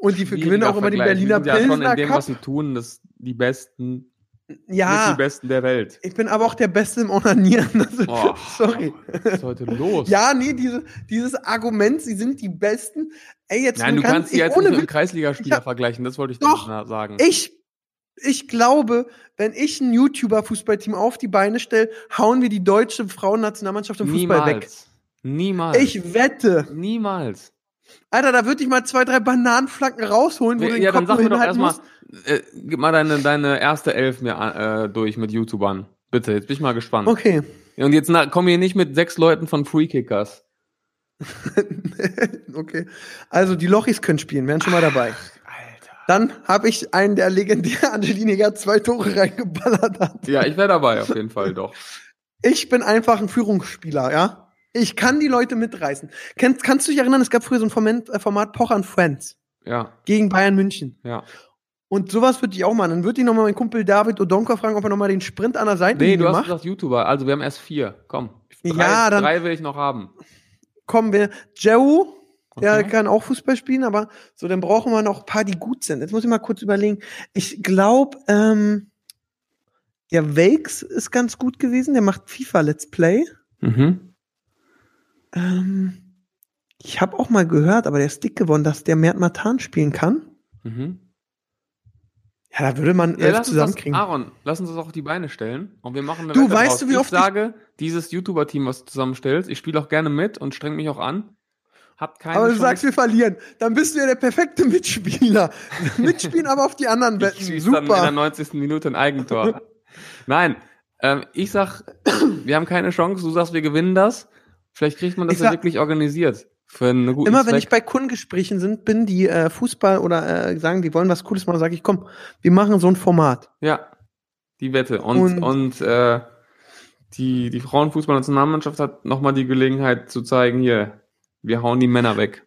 Speaker 2: und
Speaker 3: <laughs>
Speaker 2: die gewinnen auch immer den
Speaker 3: Vergleich.
Speaker 2: Berliner
Speaker 3: die sind ja schon in
Speaker 2: Pilsner
Speaker 3: dem, was sie
Speaker 2: Cup.
Speaker 3: tun, das die besten, mit
Speaker 2: Ja,
Speaker 3: die besten der Welt.
Speaker 2: ich bin aber auch der Beste im Onanieren. <laughs> Also,
Speaker 3: Boah.
Speaker 2: sorry.
Speaker 3: Was ist heute los?
Speaker 2: Ja, nee, diese, dieses Argument, sie sind die Besten. Ey, jetzt
Speaker 3: Nein, du
Speaker 2: kann-
Speaker 3: kannst sie
Speaker 2: ich- e-
Speaker 3: jetzt
Speaker 2: ohne
Speaker 3: nicht mit einem
Speaker 2: Witz,
Speaker 3: Kreisligaspieler
Speaker 2: Ich hab-
Speaker 3: vergleichen, das wollte ich
Speaker 2: Doch,
Speaker 3: damit sagen.
Speaker 2: Ich, ich glaube, wenn ich ein YouTuber-Fußballteam auf die Beine stelle, hauen wir die deutsche Frauennationalmannschaft im Fußball weg.
Speaker 3: Niemals. Niemals.
Speaker 2: Ich wette.
Speaker 3: Niemals.
Speaker 2: Alter, da würde ich mal zwei, drei Bananenflanken rausholen, wo du den
Speaker 3: ja,
Speaker 2: Kopf
Speaker 3: dann sag
Speaker 2: nur
Speaker 3: mir doch
Speaker 2: hinhalten
Speaker 3: erstmal,
Speaker 2: musst.
Speaker 3: äh, gib mal deine, deine erste Elf mir äh, durch mit YouTubern. Bitte, jetzt bin ich mal gespannt.
Speaker 2: Okay. <laughs>
Speaker 3: Und jetzt na, komm hier nicht mit sechs Leuten von Freekickers.
Speaker 2: okay. Also, die Lochis können spielen, wären schon mal dabei.
Speaker 3: Alter.
Speaker 2: Dann habe ich einen, der legendär Angelini hat zwei Tore reingeballert hat.
Speaker 3: Ja, ich wäre dabei auf jeden Fall doch.
Speaker 2: Ich bin einfach ein Führungsspieler, ja? Ich kann die Leute mitreißen. Kennst, kannst du dich erinnern, es gab früher so ein Format, äh, Format Pocher and Friends
Speaker 3: Ja,
Speaker 2: gegen Bayern München.
Speaker 3: ja.
Speaker 2: Und sowas würde ich auch machen. Dann würde ich nochmal meinen Kumpel David Odonka fragen, ob er nochmal den Sprint an der Seite
Speaker 3: Nee, du hast
Speaker 2: macht.
Speaker 3: gesagt YouTuber. Also wir haben erst vier. Komm. Drei,
Speaker 2: Ja, dann-
Speaker 3: drei will ich noch haben.
Speaker 2: Kommen wir. Joe, der
Speaker 3: Okay.
Speaker 2: kann auch Fußball spielen, aber so, dann brauchen wir noch ein paar, die gut sind. Jetzt muss ich mal kurz überlegen. Ich glaube, ähm, der Wakes ist ganz gut gewesen. Der macht FIFA Let's Play.
Speaker 3: Mhm.
Speaker 2: Ähm, ich habe auch mal gehört, aber der ist dick geworden, dass der Mert Matan spielen kann.
Speaker 3: Mhm.
Speaker 2: Ja, da würde man
Speaker 3: Ja,
Speaker 2: elf
Speaker 3: lass uns das,
Speaker 2: zusammenkriegen.
Speaker 3: Aaron, lass uns das auf die Beine stellen und wir machen eine
Speaker 2: Du,
Speaker 3: Wette
Speaker 2: weißt
Speaker 3: draus.
Speaker 2: du, wie
Speaker 3: ich
Speaker 2: oft ich-
Speaker 3: sage, dieses YouTuber-Team, was du zusammenstellst, ich spiele auch gerne mit und streng mich auch an. Hat keine
Speaker 2: aber du
Speaker 3: Chance.
Speaker 2: sagst, wir verlieren. Dann bist du ja der perfekte
Speaker 3: <laughs>
Speaker 2: Mitspieler. Mitspielen aber auf die <laughs> anderen
Speaker 3: Ich
Speaker 2: Wetten.
Speaker 3: schieß dann in der
Speaker 2: Super.
Speaker 3: 90. Minute ein Eigentor. Nein, ähm, ich sag, wir haben keine Chance. Du sagst, wir gewinnen das. Vielleicht kriegt man das
Speaker 2: Ich
Speaker 3: ja
Speaker 2: sag-
Speaker 3: wirklich organisiert. Für einen guten
Speaker 2: Immer
Speaker 3: Zweck.
Speaker 2: wenn ich bei Kundengesprächen sind, bin, die äh, Fußball oder äh, sagen, die wollen was Cooles machen, sage ich, komm, wir machen so ein Format.
Speaker 3: Ja, die Wette. Und,
Speaker 2: Und-
Speaker 3: und, äh, die, die Frauenfußballnationalmannschaft hat nochmal die Gelegenheit zu zeigen, hier, wir hauen die Männer weg.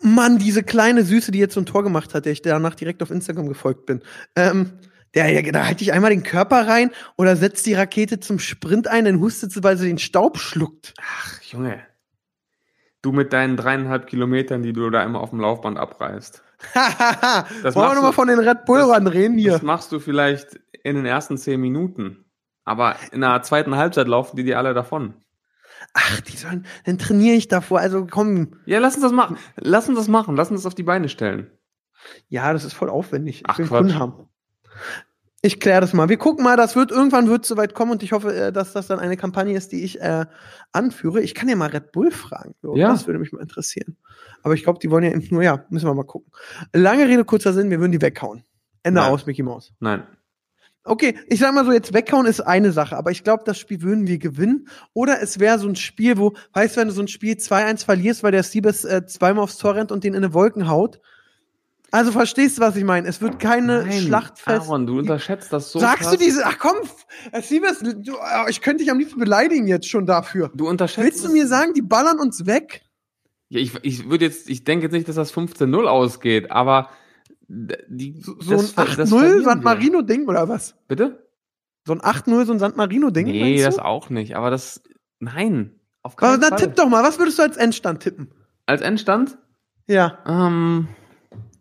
Speaker 2: Mann, diese kleine Süße, die jetzt so ein Tor gemacht hat, der ich danach direkt auf Instagram gefolgt bin. Ähm, der, der, da halte ich einmal den Körper rein oder setzt die Rakete zum Sprint ein, dann hustet sie, weil sie den Staub schluckt. <laughs>
Speaker 3: Ach, Junge. Du mit deinen dreieinhalb Kilometern, die du da immer auf dem Laufband abreißt.
Speaker 2: Hahaha. Wollen wir
Speaker 3: Das machst
Speaker 2: nochmal
Speaker 3: du-
Speaker 2: von den Red
Speaker 3: das-
Speaker 2: Bull-Run reden hier?
Speaker 3: Das machst du vielleicht in den ersten zehn Minuten. Aber in der zweiten Halbzeit laufen die dir alle davon.
Speaker 2: Ach, die sollen, dann trainiere ich davor. Also komm,
Speaker 3: Ja, lass uns das machen. Lass uns das machen. Lass uns das auf die Beine stellen.
Speaker 2: ja, das ist voll aufwendig. Ich
Speaker 3: Ach,
Speaker 2: will einen
Speaker 3: Quatsch.
Speaker 2: Kunden haben. Ich kläre das mal. Wir gucken mal, das wird irgendwann wird soweit kommen und ich hoffe, äh, dass das dann eine Kampagne ist, die ich äh, anführe. Ich kann ja mal Red Bull fragen. So,
Speaker 3: Ja.
Speaker 2: Das würde mich mal interessieren. Aber ich glaube, die wollen ja eben nur, ja, müssen wir mal gucken. Lange Rede, kurzer Sinn, wir würden die weghauen. Ende
Speaker 3: Nein.
Speaker 2: aus, Mickey Mouse.
Speaker 3: Nein.
Speaker 2: Okay, ich sag mal so, jetzt weghauen ist eine Sache, aber ich glaube, das Spiel würden wir gewinnen. Oder es wäre so ein Spiel, wo, weißt du, wenn du so ein Spiel 2-1 verlierst, weil der Siebes äh, zweimal aufs Tor rennt und den in eine Wolken haut. Also verstehst du, was ich meine? Es wird keine
Speaker 3: Nein.
Speaker 2: Schlachtfest.
Speaker 3: Aaron, du unterschätzt das so
Speaker 2: Sagst
Speaker 3: krass.
Speaker 2: du diese, ach komm, Siebes, du, äh, ich könnte dich am liebsten beleidigen jetzt schon dafür.
Speaker 3: Du unterschätzt
Speaker 2: Willst du
Speaker 3: das-
Speaker 2: mir sagen, die ballern uns weg?
Speaker 3: Ja, ich, ich würde jetzt, ich denke jetzt nicht, dass das 15-0 ausgeht, aber d- die,
Speaker 2: So, so ein
Speaker 3: ver-
Speaker 2: 8-0
Speaker 3: verlieren
Speaker 2: San
Speaker 3: wir.
Speaker 2: Marino-Ding oder was?
Speaker 3: Bitte?
Speaker 2: So ein 8-0, so ein San Marino-Ding?
Speaker 3: Nee,
Speaker 2: meinst
Speaker 3: das
Speaker 2: du?
Speaker 3: auch nicht, aber das, nein. Auf
Speaker 2: Aber
Speaker 3: keinen
Speaker 2: dann
Speaker 3: Fall.
Speaker 2: tipp doch mal, was würdest du als Endstand tippen?
Speaker 3: Als Endstand?
Speaker 2: Ja.
Speaker 3: Ähm,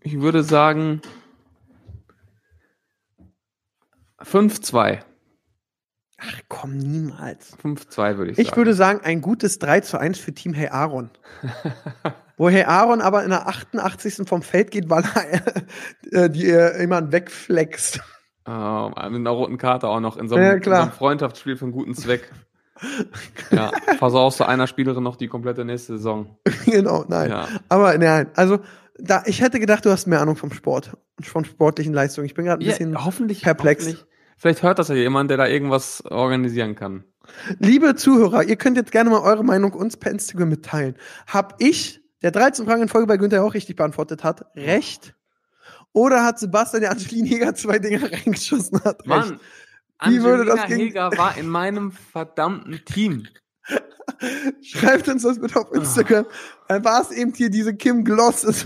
Speaker 3: ich würde sagen 5-2.
Speaker 2: Ach komm, niemals.
Speaker 3: 5-2 würde ich,
Speaker 2: Ich
Speaker 3: sagen.
Speaker 2: würde sagen, ein gutes 3 zu 1 für Team Hey
Speaker 3: <laughs>
Speaker 2: Aaron. Wo Hey Aaron aber in der 88. vom Feld geht, weil er äh, die äh, jemanden wegflext. <laughs>
Speaker 3: Ähm, mit einer roten Karte auch noch in so einem,
Speaker 2: Ja, klar.
Speaker 3: In so einem Freundschaftsspiel für einen
Speaker 2: <laughs>
Speaker 3: guten Zweck. ja, versaust du einer Spielerin noch die komplette nächste Saison.
Speaker 2: genau, nein.
Speaker 3: Ja.
Speaker 2: Aber nein, also da, ich hätte gedacht, du hast mehr Ahnung vom Sport und von sportlichen Leistungen. Ich bin gerade ein bisschen.
Speaker 3: ja, oh. hoffentlich
Speaker 2: perplex.
Speaker 3: Hoffentlich. Vielleicht hört das ja jemand, der da irgendwas organisieren kann.
Speaker 2: Liebe Zuhörer, ihr könnt jetzt gerne mal eure Meinung uns per Instagram mitteilen. Hab ich, der 13 Fragen in Folge bei Günther auch richtig beantwortet hat, recht? Oder hat Sebastian der Angelin Jäger zwei Dinger <laughs> reingeschossen hat? recht?
Speaker 3: Mann,
Speaker 2: Wie würde das
Speaker 3: Angelina
Speaker 2: gegen-
Speaker 3: Heger war in meinem verdammten Team.
Speaker 2: Schreibt uns das bitte auf Instagram.
Speaker 3: Ah.
Speaker 2: Äh, War es eben hier diese Kim Gloss?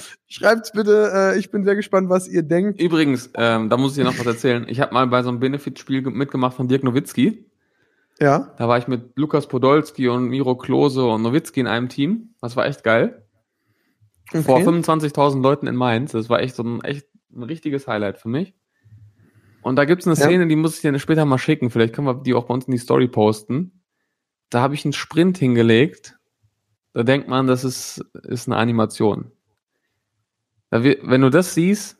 Speaker 2: <laughs> Schreibt's bitte. Äh, ich bin sehr gespannt, was ihr denkt.
Speaker 3: Übrigens, ähm, da muss ich dir noch was erzählen. Ich habe mal bei so einem Benefitspiel ge- mitgemacht von Dirk Nowitzki.
Speaker 2: Ja.
Speaker 3: Da war ich mit Lukas Podolski und Miro Klose und Nowitzki in einem Team. Das war echt geil.
Speaker 2: Okay.
Speaker 3: vor 25.000 Leuten in Mainz. Das war echt so ein echt ein richtiges Highlight für mich. Und da gibt's eine
Speaker 2: Ja.
Speaker 3: Szene, die muss ich dir später mal schicken. Vielleicht können wir die auch bei uns in die Story posten. Da habe ich einen Sprint hingelegt. Da denkt man, das ist, ist eine Animation. Da wir, wenn du das siehst,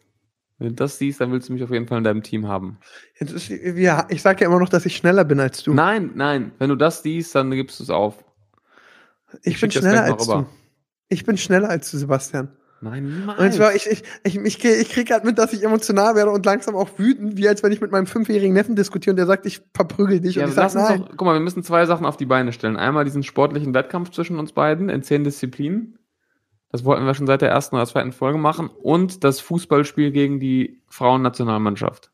Speaker 3: wenn du das siehst, dann willst du mich auf jeden Fall in deinem Team haben.
Speaker 2: Jetzt ist, ja, ich sage ja immer noch, dass ich schneller bin als du.
Speaker 3: Nein, nein, wenn du das siehst, dann gibst du es auf.
Speaker 2: ich,
Speaker 3: ich
Speaker 2: bin
Speaker 3: schick das
Speaker 2: schneller
Speaker 3: gleich noch
Speaker 2: als
Speaker 3: rüber.
Speaker 2: du. Ich bin schneller als du, Sebastian.
Speaker 3: Nein,
Speaker 2: Und
Speaker 3: niemals.
Speaker 2: zwar, ich, ich, ich, ich, ich krieg halt mit, dass ich emotional werde und langsam auch wütend, wie als wenn ich mit meinem fünfjährigen Neffen diskutiere und der sagt, ich verprügel dich.
Speaker 3: Ja,
Speaker 2: und ich
Speaker 3: lass
Speaker 2: sage,
Speaker 3: uns
Speaker 2: nein.
Speaker 3: doch, guck mal, wir müssen zwei Sachen auf die Beine stellen. Einmal diesen sportlichen Wettkampf zwischen uns beiden in zehn Disziplinen. Das wollten wir schon seit der ersten oder zweiten Folge machen. Und das Fußballspiel gegen die Frauennationalmannschaft.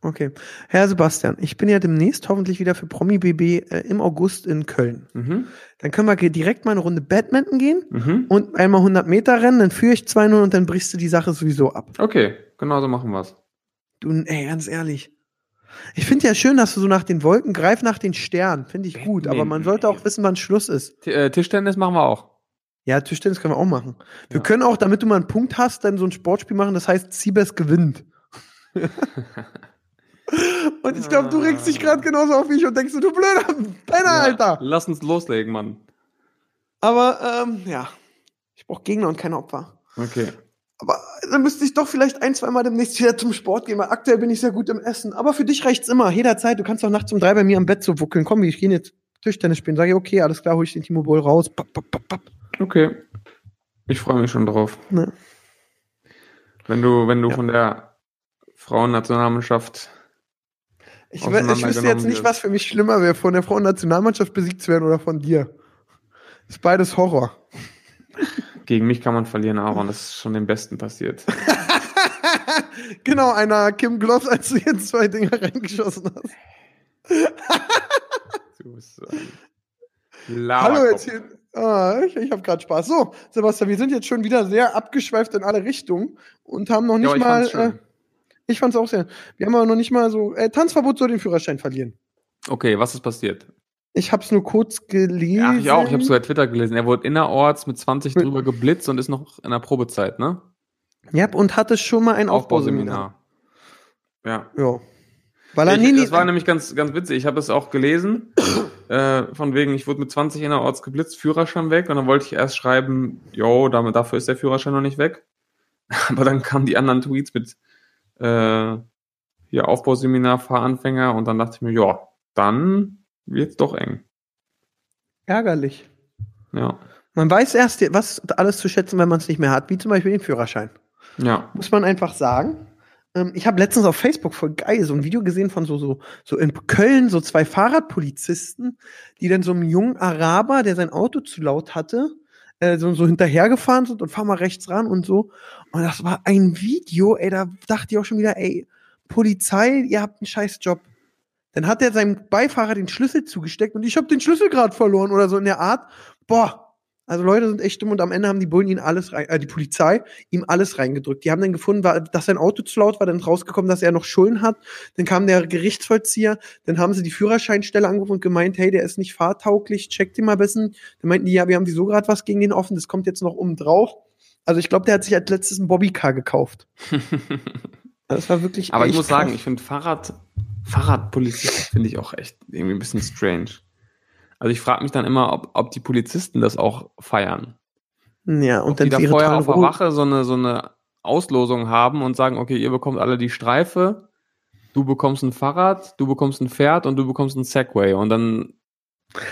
Speaker 2: Okay. Herr Sebastian, ich bin ja demnächst hoffentlich wieder für Promi BB äh, im August in Köln.
Speaker 3: Mhm.
Speaker 2: Dann können wir ge- direkt mal eine Runde Badminton gehen.
Speaker 3: Mhm.
Speaker 2: und einmal 100 Meter rennen, dann führe ich 2-0 und dann brichst du die Sache sowieso ab.
Speaker 3: Okay, genau so machen wir's.
Speaker 2: Du, ey, ganz ehrlich. Ich finde ja schön, dass du so nach den Wolken greif nach den Sternen. Finde ich gut, aber man sollte auch wissen, wann Schluss ist.
Speaker 3: T äh, Tischtennis machen wir auch.
Speaker 2: Ja, Tischtennis können wir auch machen. Wir
Speaker 3: Ja.
Speaker 2: können auch, damit du mal einen Punkt hast, dann so ein Sportspiel machen, das heißt, Siebes gewinnt. und ich glaube, du regst dich gerade genauso auf wie ich und denkst, du blöder Penner, Alter.
Speaker 3: Lass uns loslegen, Mann.
Speaker 2: Aber, ähm, ja. Ich brauche Gegner und keine Opfer.
Speaker 3: Okay.
Speaker 2: Aber dann müsste ich doch vielleicht ein, zweimal demnächst wieder zum Sport gehen, weil aktuell bin ich sehr gut im Essen. Aber für dich reicht's immer, jederzeit. Du kannst doch nachts um drei bei mir am Bett so wuckeln. Komm, wir gehen jetzt Tischtennis spielen. Sag ich, okay, alles klar, hol ich den Timo Boll raus. Papp, papp, papp, papp.
Speaker 3: Okay. Ich freue mich schon drauf.
Speaker 2: Ne.
Speaker 3: Wenn du, wenn du
Speaker 2: Ja.
Speaker 3: von der Frauennationalmannschaft
Speaker 2: Ich, wär- ich wüsste jetzt
Speaker 3: Auseinandergenommen
Speaker 2: nicht, was für mich schlimmer wäre, von der Frauennationalmannschaft besiegt zu werden oder von dir. Ist beides Horror. <laughs>
Speaker 3: gegen mich kann man verlieren, Aaron. Das ist schon dem Besten passiert.
Speaker 2: genau, einer Kim Gloss, als du jetzt zwei Dinger reingeschossen hast.
Speaker 3: Du bist so <laughs> ein Laberkopf.
Speaker 2: Hallo, jetzt hier. Ah, ich ich habe gerade Spaß. So, Sebastian, wir sind jetzt schon wieder sehr abgeschweift in alle Richtungen und haben noch
Speaker 3: Ja,
Speaker 2: nicht
Speaker 3: ich
Speaker 2: mal.
Speaker 3: fand's
Speaker 2: äh,
Speaker 3: schön.
Speaker 2: ich fand's auch sehr. Wir haben aber noch nicht mal so. Äh, Tanzverbot soll den Führerschein verlieren.
Speaker 3: Okay, was ist passiert?
Speaker 2: Ich hab's nur kurz gelesen.
Speaker 3: Ja, ich auch. Ich habe sogar Twitter gelesen. Er wurde innerorts mit 20 drüber geblitzt und ist noch in der Probezeit, ne?
Speaker 2: Ja, und hatte schon mal ein Aufbauseminar.
Speaker 3: Aufbauseminar. Ja.
Speaker 2: Ja. Weil er
Speaker 3: ich,
Speaker 2: nie, nie,
Speaker 3: das war nämlich ganz, ganz witzig. Ich habe es auch gelesen. äh, von wegen, ich wurde mit 20 innerorts geblitzt, Führerschein weg. Und dann wollte ich erst schreiben, yo, damit, dafür ist der Führerschein noch nicht weg. <laughs> Aber dann kamen die anderen Tweets mit äh, hier Aufbauseminar, Fahranfänger. Und dann dachte ich mir, ja, dann wird's doch eng.
Speaker 2: ärgerlich.
Speaker 3: Ja.
Speaker 2: Man weiß erst, was alles zu schätzen, wenn man es nicht mehr hat, wie zum Beispiel den Führerschein.
Speaker 3: Ja.
Speaker 2: muss man einfach sagen. Ähm, ich habe letztens auf Facebook voll geil so ein Video gesehen von so, so, so in Köln, so zwei Fahrradpolizisten, die dann so einem jungen Araber, der sein Auto zu laut hatte, äh, so, so hinterhergefahren sind und fahr mal rechts ran und so. Und das war ein Video, ey, da dachte ich auch schon wieder, ey, Polizei, ihr habt einen scheiß Job. Dann hat er seinem Beifahrer den Schlüssel zugesteckt und ich habe den Schlüssel gerade verloren oder so in der Art. Boah, also Leute sind echt dumm und am Ende haben die Bullen ihn alles rein, äh, die Polizei ihm alles reingedrückt. Die haben dann gefunden, war, dass sein Auto zu laut war, dann ist rausgekommen, dass er noch Schulden hat. Dann kam der Gerichtsvollzieher, dann haben sie die Führerscheinstelle angerufen und gemeint, hey, der ist nicht fahrtauglich, checkt ihn mal ein bisschen. Dann meinten die, ja, wir haben wieso gerade was gegen den offen, das
Speaker 3: <laughs>
Speaker 2: kommt jetzt noch oben drauf. Also ich glaube, der hat sich als letztes einen Bobbycar gekauft. Das war wirklich.
Speaker 3: Aber ich
Speaker 2: echt
Speaker 3: muss sagen,
Speaker 2: krass.
Speaker 3: ich finde Fahrrad, Fahrradpolizisten finde ich auch echt irgendwie ein bisschen strange. Also ich frage mich dann immer, ob, ob die Polizisten das auch feiern.
Speaker 2: ja, und dann
Speaker 3: die da
Speaker 2: ihre
Speaker 3: vorher auf der
Speaker 2: Tarnroh-
Speaker 3: Wache so eine, so eine Auslosung haben und sagen, okay, ihr bekommt alle die Streife, du bekommst ein Fahrrad, du bekommst ein Pferd und du bekommst ein Segway. Und dann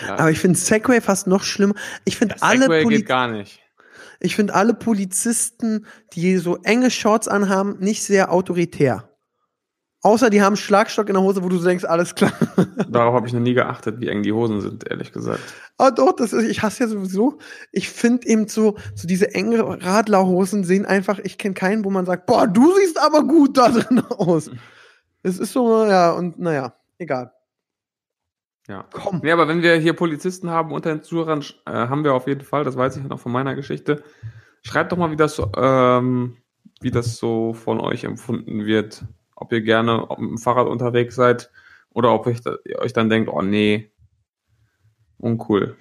Speaker 3: ja,
Speaker 2: Aber ich finde Segway fast noch schlimmer. Ich finde alle,
Speaker 3: Segway
Speaker 2: Poli
Speaker 3: geht
Speaker 2: <laughs>
Speaker 3: gar nicht.
Speaker 2: ich find alle Polizisten, die so enge Shorts anhaben, nicht sehr autoritär. Außer die haben einen Schlagstock in der Hose, wo du so denkst, alles klar. <laughs>
Speaker 3: Darauf habe ich noch nie geachtet, wie eng die Hosen sind, ehrlich gesagt.
Speaker 2: Ah doch, das ist, ich hasse ja sowieso. Ich finde eben so, so diese engen Radlerhosen sehen einfach, ich kenne keinen, wo man sagt, boah, du siehst aber gut da drin aus.
Speaker 3: Mhm.
Speaker 2: Es ist so, ja, und naja, egal.
Speaker 3: Ja.
Speaker 2: Komm.
Speaker 3: Nee, aber wenn wir hier Polizisten haben unter den Zuhörern, sch- äh, haben wir auf jeden Fall, das weiß ich noch von meiner Geschichte. Schreibt doch mal, wie das, so, ähm, wie das so von euch empfunden wird. Ob ihr gerne auf dem Fahrrad unterwegs seid oder ob euch, da- ihr euch dann denkt, oh nee, uncool.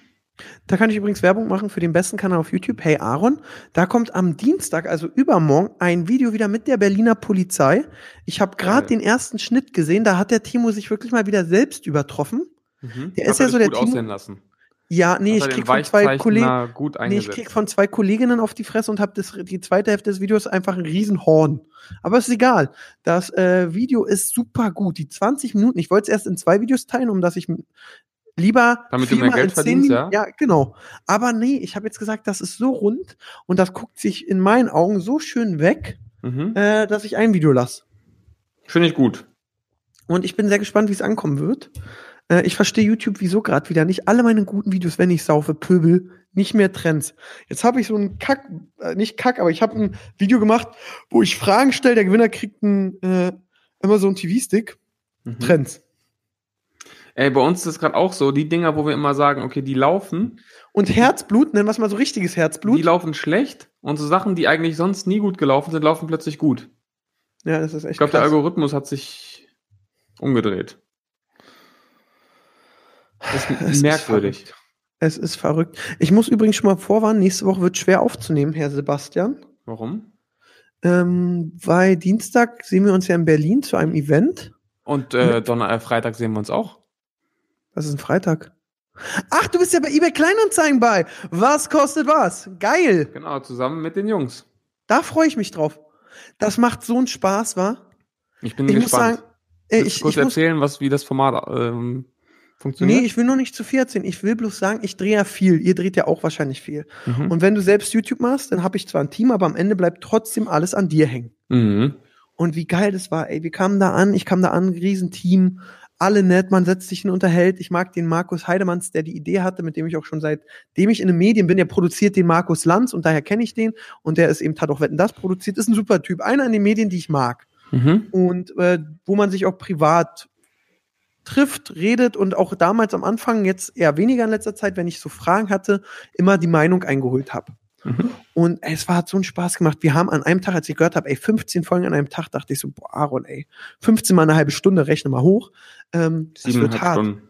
Speaker 2: Da kann ich übrigens Werbung machen für den besten Kanal auf YouTube, Hey Aaron. Da kommt am Dienstag, also übermorgen, ein Video wieder mit der Berliner Polizei. Ich habe gerade
Speaker 3: Geil.
Speaker 2: den ersten Schnitt gesehen, da hat der Timo sich wirklich mal wieder selbst übertroffen.
Speaker 3: Mhm.
Speaker 2: Der
Speaker 3: Hat
Speaker 2: ist ja
Speaker 3: er
Speaker 2: so der
Speaker 3: das gut
Speaker 2: Timo-
Speaker 3: aussehen lassen.
Speaker 2: Ja, nee,
Speaker 3: Hat er
Speaker 2: ich
Speaker 3: den
Speaker 2: krieg von zwei Kollegen.
Speaker 3: Weichzeichner gut
Speaker 2: Nee, ich
Speaker 3: eingesetzt.
Speaker 2: krieg von zwei Kolleginnen auf die Fresse und habe die zweite Hälfte des Videos einfach ein Riesenhorn. Aber ist egal. Das äh, Video ist super gut. Die 20 Minuten, ich wollte es erst in zwei Videos teilen, um dass ich m- lieber
Speaker 3: Damit du mehr
Speaker 2: viermal
Speaker 3: Geld
Speaker 2: in zehn
Speaker 3: verdienst,
Speaker 2: Minuten- ja, genau. Aber nee, ich habe jetzt gesagt, das ist so rund und das guckt sich in meinen Augen so schön weg,
Speaker 3: mhm.
Speaker 2: äh, dass ich ein Video lasse.
Speaker 3: Finde ich gut.
Speaker 2: Und ich bin sehr gespannt, wie es ankommen wird. Äh, ich verstehe YouTube wieso gerade wieder nicht. Alle meine guten Videos, wenn ich saufe, Pöbel, nicht mehr Trends. Jetzt habe ich so einen Kack, äh, nicht Kack, aber ich habe ein Video gemacht, wo ich Fragen stelle. Der Gewinner kriegt einen äh, Amazon TV-Stick.
Speaker 3: Mhm.
Speaker 2: Trends.
Speaker 3: Ey, bei uns ist es gerade auch so, die Dinger, wo wir immer sagen, okay, die laufen,
Speaker 2: Und Herzblut, nennen wir es mal so richtiges
Speaker 3: die
Speaker 2: Herzblut.
Speaker 3: laufen schlecht und so Sachen, die eigentlich sonst nie gut gelaufen sind, laufen plötzlich gut.
Speaker 2: ja, das ist echt
Speaker 3: Ich glaube, der
Speaker 2: krass.
Speaker 3: Algorithmus hat sich umgedreht. Das ist
Speaker 2: ist
Speaker 3: merkwürdig.
Speaker 2: Es ist verrückt. Ich muss übrigens schon mal vorwarnen, nächste Woche wird schwer aufzunehmen, Herr Sebastian.
Speaker 3: Warum?
Speaker 2: Ähm, weil Dienstag sehen wir uns ja in Berlin zu einem Event.
Speaker 3: Und
Speaker 2: Ne-
Speaker 3: äh, Donner, äh, Freitag sehen wir uns auch.
Speaker 2: Das ist ein Freitag. Ach, du bist ja bei eBay Kleinanzeigen bei. Was kostet was? Geil.
Speaker 3: Genau, zusammen mit den Jungs.
Speaker 2: Da freue ich mich drauf. Das macht so einen Spaß, wa?
Speaker 3: Ich bin
Speaker 2: Ich muss
Speaker 3: gespannt.
Speaker 2: sagen, Äh,
Speaker 3: Willst du
Speaker 2: ich,
Speaker 3: kurz
Speaker 2: ich muss,
Speaker 3: erzählen, was, wie das Format ähm,
Speaker 2: nee,
Speaker 3: funktioniert.
Speaker 2: ich will noch nicht zu viel erzählen. Ich will bloß sagen, ich drehe ja viel. Ihr dreht ja auch wahrscheinlich viel.
Speaker 3: mhm.
Speaker 2: Und wenn du selbst YouTube machst, dann habe ich zwar ein Team, aber am Ende bleibt trotzdem alles an dir hängen.
Speaker 3: mhm.
Speaker 2: Und wie geil das war, ey. Wir kamen da an, ich kam da an, Riesenteam, alle nett, man setzt sich hin, unterhält. Ich mag den Markus Heidemanns, der die Idee hatte, mit dem ich auch schon seitdem ich in den Medien bin, der produziert den Markus Lanz und daher kenne ich den. Und der ist eben, hat auch Wetten, das produziert, ist ein super Typ. Einer in den Medien, die ich mag
Speaker 3: Mhm.
Speaker 2: und äh, wo man sich auch privat trifft, redet und auch damals am Anfang, jetzt eher weniger in letzter Zeit, wenn ich so Fragen hatte, immer die Meinung eingeholt habe.
Speaker 3: Mhm.
Speaker 2: Und ey, es war, hat so einen Spaß gemacht. Wir haben an einem Tag, als ich gehört habe, ey, 15 Folgen an einem Tag, dachte ich so, boah, Aaron, ey, 15 mal eine halbe Stunde, rechne mal hoch. Ähm, das wird
Speaker 3: Siebeneinhalb
Speaker 2: hart.
Speaker 3: Stunden.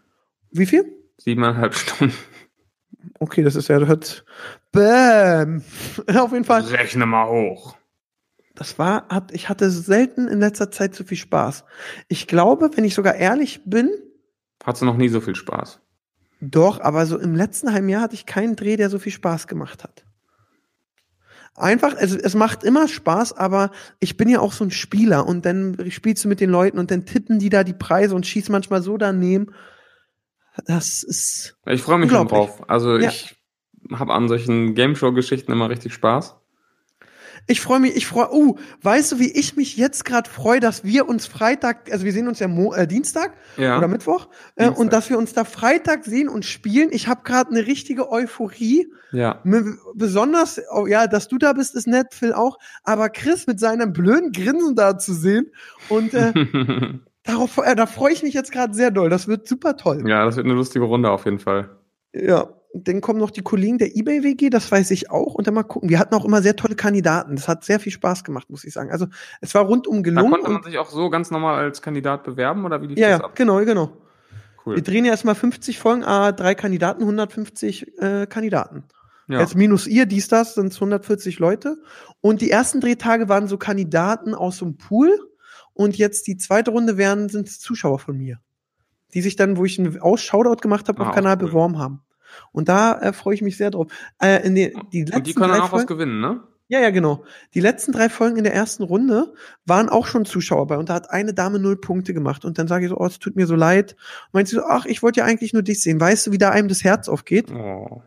Speaker 2: Wie viel?
Speaker 3: Siebeneinhalb Stunden.
Speaker 2: Okay, das ist ja, hört, bäm. <laughs> Auf jeden Fall.
Speaker 3: Rechne mal hoch.
Speaker 2: Das war, hat, ich hatte selten in letzter Zeit so viel Spaß. Ich glaube, wenn ich sogar ehrlich bin,
Speaker 3: Hattest du noch nie so viel Spaß?
Speaker 2: Doch, aber so im letzten halben Jahr hatte ich keinen Dreh, der so viel Spaß gemacht hat. Einfach, es, es macht immer Spaß, aber ich bin ja auch so ein Spieler und dann spielst du mit den Leuten und dann tippen die da die Preise und schießt manchmal so daneben. Das ist,
Speaker 3: Ich freue mich schon
Speaker 2: Unglaublich.
Speaker 3: drauf. Also
Speaker 2: Ja.
Speaker 3: ich habe an solchen Game Show Geschichten immer richtig Spaß.
Speaker 2: ich freue mich, ich freue, oh, weißt du, wie ich mich jetzt gerade freue, dass wir uns Freitag, also wir sehen uns ja Mo, äh, Dienstag,
Speaker 3: Ja.
Speaker 2: oder Mittwoch. Äh,
Speaker 3: Dienstag.
Speaker 2: und dass wir uns da Freitag sehen und spielen. Ich habe gerade eine richtige Euphorie.
Speaker 3: ja. <laughs>
Speaker 2: Mir- Besonders, oh, ja, dass du da bist, ist nett, Phil auch. Aber Chris mit seinem blöden Grinsen da zu sehen. Und
Speaker 3: <laughs>
Speaker 2: äh, darauf, äh, da freue ich mich jetzt gerade sehr doll. Das wird super toll.
Speaker 3: ja, das wird eine lustige Runde auf jeden Fall.
Speaker 2: Ja. Und Dann kommen noch die Kollegen der eBay-WG, das weiß ich auch. Und dann mal gucken. Wir hatten auch immer sehr tolle Kandidaten. Das hat sehr viel Spaß gemacht, muss ich sagen. Also es war rundum
Speaker 3: Da
Speaker 2: gelungen.
Speaker 3: konnte man
Speaker 2: Und,
Speaker 3: sich auch so ganz normal als Kandidat bewerben oder wie lief
Speaker 2: ja,
Speaker 3: das
Speaker 2: ja,
Speaker 3: ab?
Speaker 2: genau, genau.
Speaker 3: Cool.
Speaker 2: Wir drehen ja erstmal 50 Folgen, ah, drei Kandidaten, 150 äh, Kandidaten.
Speaker 3: Ja.
Speaker 2: Jetzt minus ihr, dies, das, sind 140 Leute. Und die ersten Drehtage waren so Kandidaten aus so einem Pool. Und jetzt die zweite Runde werden, sind Zuschauer von mir. Die sich dann, wo ich einen Aus-Shoutout gemacht habe,
Speaker 3: Ah,
Speaker 2: auf
Speaker 3: auch
Speaker 2: Kanal
Speaker 3: cool.
Speaker 2: beworben haben. Und da äh, freue ich mich sehr drauf. Äh, in die, die letzten
Speaker 3: Und die können
Speaker 2: drei
Speaker 3: dann auch was
Speaker 2: Folgen-
Speaker 3: gewinnen, ne?
Speaker 2: ja, ja, genau. Die letzten drei Folgen in der ersten Runde waren auch schon Zuschauer bei und da hat eine Dame null Punkte gemacht und dann sage ich so, oh, es tut mir so leid. Und meint sie so, ach, ich wollte ja eigentlich nur dich sehen. Weißt du, wie da einem das Herz aufgeht?
Speaker 3: Oh.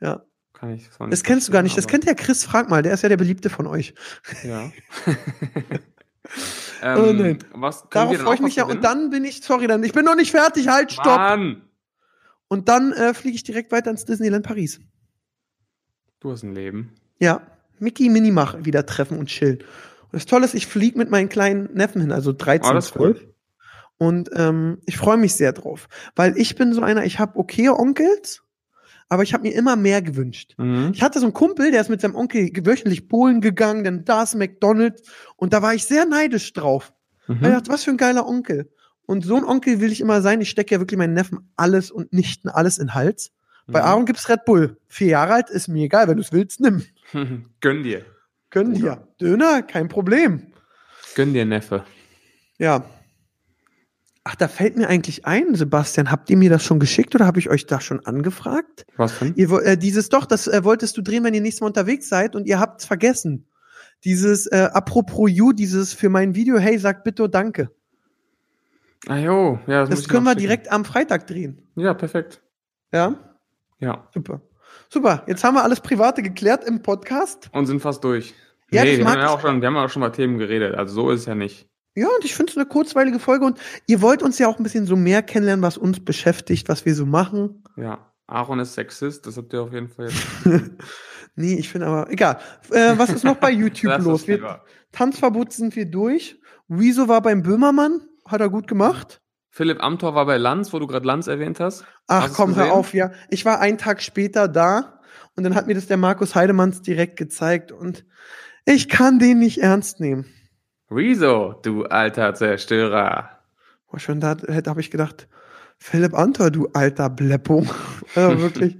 Speaker 2: Ja.
Speaker 3: Kann ich zwar
Speaker 2: Das kennst du gar nicht. Das
Speaker 3: verstehen,
Speaker 2: kennt der Chris, frag mal. Der ist ja der Beliebte von euch. <laughs>
Speaker 3: aber- Ja. Ähm,
Speaker 2: Oh, nein.
Speaker 3: Was können
Speaker 2: Darauf
Speaker 3: wir denn
Speaker 2: freue
Speaker 3: auch
Speaker 2: ich mich
Speaker 3: was
Speaker 2: ja.
Speaker 3: gewinnen?
Speaker 2: Und dann bin ich, sorry, dann, ich bin noch nicht fertig. Halt, stopp.
Speaker 3: Mann!
Speaker 2: Und dann äh, fliege ich direkt weiter ins Disneyland Paris.
Speaker 3: Du hast ein Leben.
Speaker 2: Ja, Mickey Minnie mach wieder treffen und chillen. Und das Tolle ist, ich fliege mit meinen kleinen Neffen hin, also 13,
Speaker 3: Ah, das ist
Speaker 2: 12.
Speaker 3: cool.
Speaker 2: Und ähm, ich freue mich sehr drauf, weil ich bin so einer, ich habe okay Onkels, aber ich habe mir immer mehr gewünscht.
Speaker 3: Mhm.
Speaker 2: Ich hatte so einen Kumpel, der ist mit seinem Onkel wöchentlich Polen gegangen, dann das McDonald's und da war ich sehr neidisch drauf.
Speaker 3: Mhm.
Speaker 2: Weil Ich dachte, was für ein geiler Onkel. Und so ein Onkel will ich immer sein. Ich stecke ja wirklich meinen Neffen alles und Nichten alles in den Hals.
Speaker 3: Mhm.
Speaker 2: Bei Aaron gibt's Red Bull. Vier Jahre alt ist mir egal, wenn du es willst, nimm.
Speaker 3: Mhm. <laughs> Gönn dir.
Speaker 2: Können
Speaker 3: Döner.
Speaker 2: dir. Döner, kein Problem.
Speaker 3: Gönn dir, Neffe.
Speaker 2: Ja. Ach, da fällt mir eigentlich ein, Sebastian, habt ihr mir das schon geschickt oder habe ich euch da schon angefragt?
Speaker 3: Was denn?
Speaker 2: Ihr, wo- äh, dieses doch, das äh, wolltest du drehen, wenn ihr nächstes Mal unterwegs seid und ihr habt's vergessen. Dieses äh, apropos you, dieses für mein Video, hey, sagt bitte danke.
Speaker 3: Ah jo, ja, das, muss
Speaker 2: Das
Speaker 3: ich
Speaker 2: können wir
Speaker 3: noch schicken.
Speaker 2: direkt am Freitag drehen.
Speaker 3: Ja, perfekt.
Speaker 2: Ja,
Speaker 3: Ja.
Speaker 2: super. Super, jetzt haben wir alles Private geklärt im Podcast.
Speaker 3: Und sind fast durch.
Speaker 2: Ja, das
Speaker 3: nee, wir
Speaker 2: mag
Speaker 3: haben ja
Speaker 2: ich
Speaker 3: auch schon, wir haben ja auch schon mal Themen geredet. Also so ist es ja nicht.
Speaker 2: Ja, und ich finde es eine kurzweilige Folge und ihr wollt uns ja auch ein bisschen so mehr kennenlernen, was uns beschäftigt, was wir so machen. <laughs>
Speaker 3: Ja. Aaron ist Sexist, das habt ihr auf jeden Fall jetzt.
Speaker 2: Nee, ich finde aber, egal. Äh, was ist noch
Speaker 3: <laughs>
Speaker 2: bei YouTube
Speaker 3: Das
Speaker 2: <laughs>
Speaker 3: ist
Speaker 2: los? Wir,
Speaker 3: lieber.
Speaker 2: Tanzverbot sind wir durch. Wieso war beim Böhmermann? Hat er gut gemacht?
Speaker 3: Philipp Amthor war bei Lanz, wo du gerade Lanz erwähnt hast.
Speaker 2: Ach
Speaker 3: Hast du's
Speaker 2: komm, hör
Speaker 3: gesehen?
Speaker 2: auf, ja. Ich war einen Tag später da und dann hat mir das der Markus Heidemanns direkt gezeigt und ich kann den nicht ernst nehmen.
Speaker 3: Rezo, du alter Zerstörer.
Speaker 2: Boah, schon da hätte habe ich gedacht, Philipp Antor, du alter Bleppo. <laughs> also wirklich.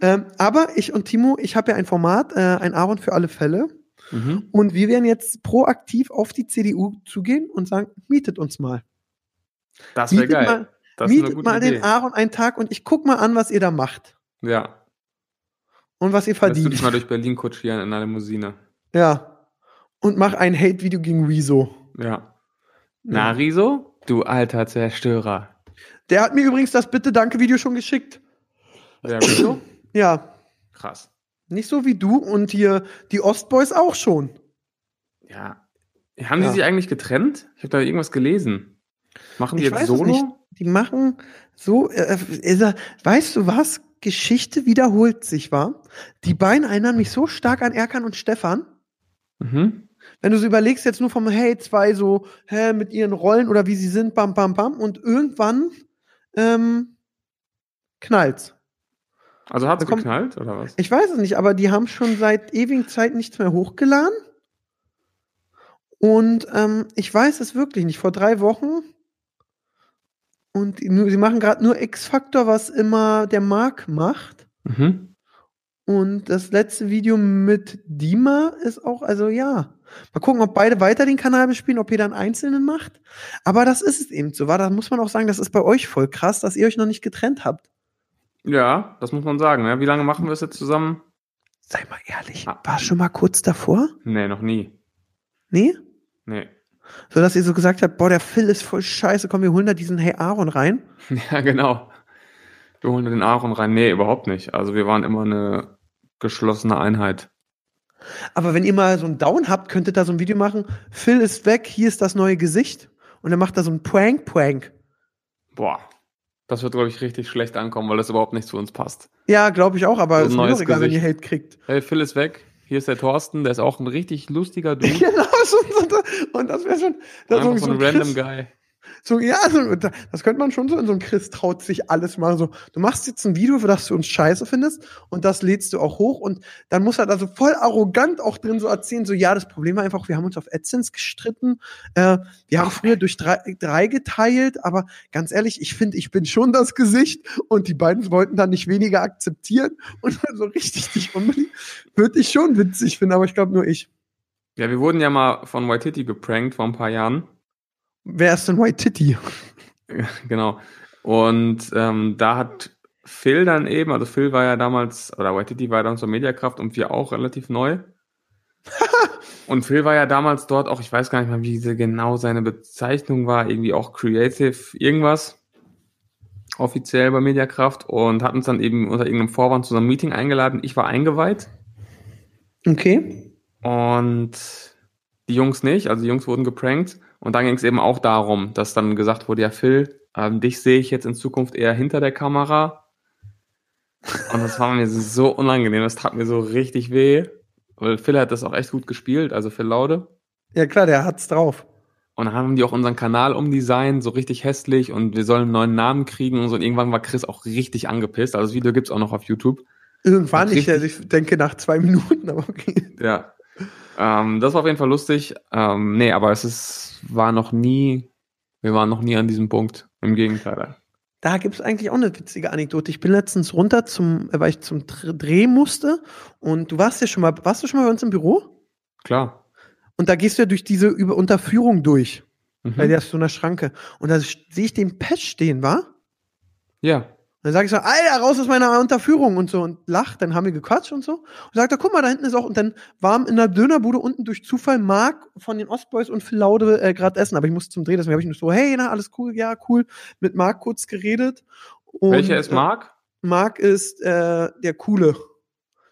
Speaker 2: ähm, aber ich und Timo, ich habe ja ein Format, äh, ein Aaron für alle Fälle.
Speaker 3: Mhm.
Speaker 2: Und wir werden jetzt proaktiv auf die CDU zugehen und sagen, mietet uns mal.
Speaker 3: Das wäre
Speaker 2: Mietet
Speaker 3: geil.
Speaker 2: mal,
Speaker 3: das ist eine
Speaker 2: mietet
Speaker 3: gute
Speaker 2: mal
Speaker 3: Idee.
Speaker 2: den Aaron einen Tag und ich guck mal an, was ihr da macht
Speaker 3: Ja.
Speaker 2: und was ihr
Speaker 3: Lass du dich
Speaker 2: verdient.
Speaker 3: mal durch Berlin kutschieren in einer Limousine.
Speaker 2: Ja. Und mach ein Hate-Video gegen Rezo.
Speaker 3: Ja.
Speaker 2: Ja.
Speaker 3: Na, Riso, du alter Zerstörer.
Speaker 2: Der hat mir übrigens das Bitte-Danke-Video schon geschickt.
Speaker 3: Der Riso?
Speaker 2: Ja.
Speaker 3: Krass.
Speaker 2: Nicht so wie du und hier die Ostboys auch schon.
Speaker 3: Ja. Haben
Speaker 2: Ja.
Speaker 3: die sich eigentlich getrennt? Ich habe da irgendwas gelesen. Machen die
Speaker 2: Ich
Speaker 3: jetzt
Speaker 2: weiß es
Speaker 3: Solo?
Speaker 2: nicht. Die machen so, äh, ist er, weißt du was? Geschichte wiederholt sich, war. Die beiden erinnern mich so stark an Erkan und Stefan.
Speaker 3: Mhm.
Speaker 2: Wenn du so überlegst, jetzt nur vom Hey, zwei so, hä, mit ihren Rollen oder wie sie sind, bam, bam, bam, und irgendwann ähm, knallt's.
Speaker 3: Also hat's
Speaker 2: Da kommt-
Speaker 3: geknallt oder was?
Speaker 2: Ich weiß es nicht, aber die haben schon seit ewigen Zeit nichts mehr hochgeladen. Und ähm, ich weiß es wirklich nicht. Vor drei Wochen. Und die, nur- sie machen gerade nur X-Faktor, was immer der Mark macht.
Speaker 3: Mhm.
Speaker 2: Und das letzte Video mit Dima ist auch, also ja. Mal gucken, ob beide weiter den Kanal bespielen, ob jeder einen einzelnen macht. Aber das ist es eben so. War, da muss man auch sagen, das ist bei euch voll krass, dass ihr euch noch nicht getrennt habt.
Speaker 3: Ja, das muss man sagen. Ne? Wie lange machen wir es jetzt zusammen?
Speaker 2: Sei mal ehrlich,
Speaker 3: Ah.
Speaker 2: war schon mal kurz davor?
Speaker 3: Nee, noch nie.
Speaker 2: Nee?
Speaker 3: Nee. <laughs>
Speaker 2: So dass ihr so gesagt habt, boah, der Phil ist voll scheiße, komm, wir holen da diesen Hey Aaron rein.
Speaker 3: Ja, genau. Wir holen den Aaron rein. Nee, überhaupt nicht. Also wir waren immer eine geschlossene Einheit.
Speaker 2: Aber wenn ihr mal so einen Down habt, könntet da so ein Video machen, Phil ist weg, hier ist das neue Gesicht. Und dann macht er so ein Prank, Prank.
Speaker 3: Boah. Das wird, glaube ich, richtig schlecht ankommen, weil das überhaupt nicht zu uns passt.
Speaker 2: Ja, glaube ich auch, aber
Speaker 3: So ein
Speaker 2: ist mir
Speaker 3: neues
Speaker 2: doch egal, wenn ihr
Speaker 3: Gesicht.
Speaker 2: Hate kriegt.
Speaker 3: Hey, Phil ist weg. Hier ist der Thorsten. Der ist auch ein richtig lustiger
Speaker 2: <laughs>
Speaker 3: Dude.
Speaker 2: genau, so, so, und das wäre schon das
Speaker 3: Mhm. Einfach
Speaker 2: so,
Speaker 3: so
Speaker 2: so
Speaker 3: ein
Speaker 2: ein
Speaker 3: random
Speaker 2: Chris,
Speaker 3: Guy.
Speaker 2: so, ja, so, das könnte man schon so in so einem Chris traut sich alles machen. So, du machst jetzt ein Video, für das du uns scheiße findest und das lädst du auch hoch und dann muss er da so voll arrogant auch drin so erzählen, so, ja, das Problem war einfach, wir haben uns auf AdSense gestritten, äh, wir haben früher durch drei, drei geteilt, aber ganz ehrlich, ich finde, ich bin schon das Gesicht und die beiden wollten dann nicht weniger akzeptieren und so richtig dich unbedingt, würde ich schon witzig finden, aber ich glaube nur ich.
Speaker 3: Ja, wir wurden ja mal von Waititi geprankt vor ein paar Jahren. <laughs>
Speaker 2: Wer ist denn White Titty?
Speaker 3: Genau. Und ähm, da hat Phil dann eben, also Phil war ja damals, oder YTT war ja damals bei Mediakraft und wir auch relativ neu. und Phil war ja damals dort auch, ich weiß gar nicht mehr, wie diese genau seine Bezeichnung war, irgendwie auch Creative irgendwas, offiziell bei Mediakraft und hat uns dann eben unter irgendeinem Vorwand zu einem Meeting eingeladen. Ich war eingeweiht
Speaker 2: Okay.
Speaker 3: und die Jungs nicht, also die Jungs wurden geprankt. Und dann ging es eben auch darum, dass dann gesagt wurde, ja Phil, ähm, dich sehe ich jetzt in Zukunft eher hinter der Kamera. Und das war mir so unangenehm, das tat mir so richtig weh. Weil Phil hat das auch echt gut gespielt, also Phil Laude.
Speaker 2: Ja klar, der hat's drauf.
Speaker 3: Und dann haben die auch unseren Kanal umdesignt, so richtig hässlich und wir sollen einen neuen Namen kriegen und so. Und irgendwann war Chris auch richtig angepisst. Also das Video gibt's auch noch auf YouTube.
Speaker 2: Irgendwann,
Speaker 3: Hat
Speaker 2: ich, äh,
Speaker 3: richtig-
Speaker 2: ich denke nach zwei Minuten, <laughs> aber okay.
Speaker 3: Ja. Ähm, das war auf jeden Fall lustig. Ähm, nee, aber es ist, war noch nie, wir waren noch nie an diesem Punkt. Im Gegenteil.
Speaker 2: Da gibt's eigentlich auch eine witzige Anekdote. Ich bin letztens runter zum, äh, weil ich zum Dr- Dreh musste und du warst ja schon mal, warst du schon mal bei uns im Büro?
Speaker 3: Klar.
Speaker 2: Und da gehst du ja durch diese Über Unterführung durch, bei
Speaker 3: Mhm.
Speaker 2: der ist so eine Schranke. Und da sch- sehe ich den Patch stehen, war?
Speaker 3: Ja.
Speaker 2: Und dann sage ich so, Alter, raus aus meiner Unterführung und so und lacht, dann haben wir gequatscht und so. Und sagt er, guck mal, da hinten ist auch, und dann war in der Dönerbude unten durch Zufall Marc von den Ostboys und Phil Laude äh, gerade essen, aber ich musste zum Dreh, deswegen habe ich nur so, hey, na, alles cool, ja, cool, mit Marc kurz geredet. Und,
Speaker 3: Welcher ist Mark?
Speaker 2: Äh, Marc ist äh, der Coole.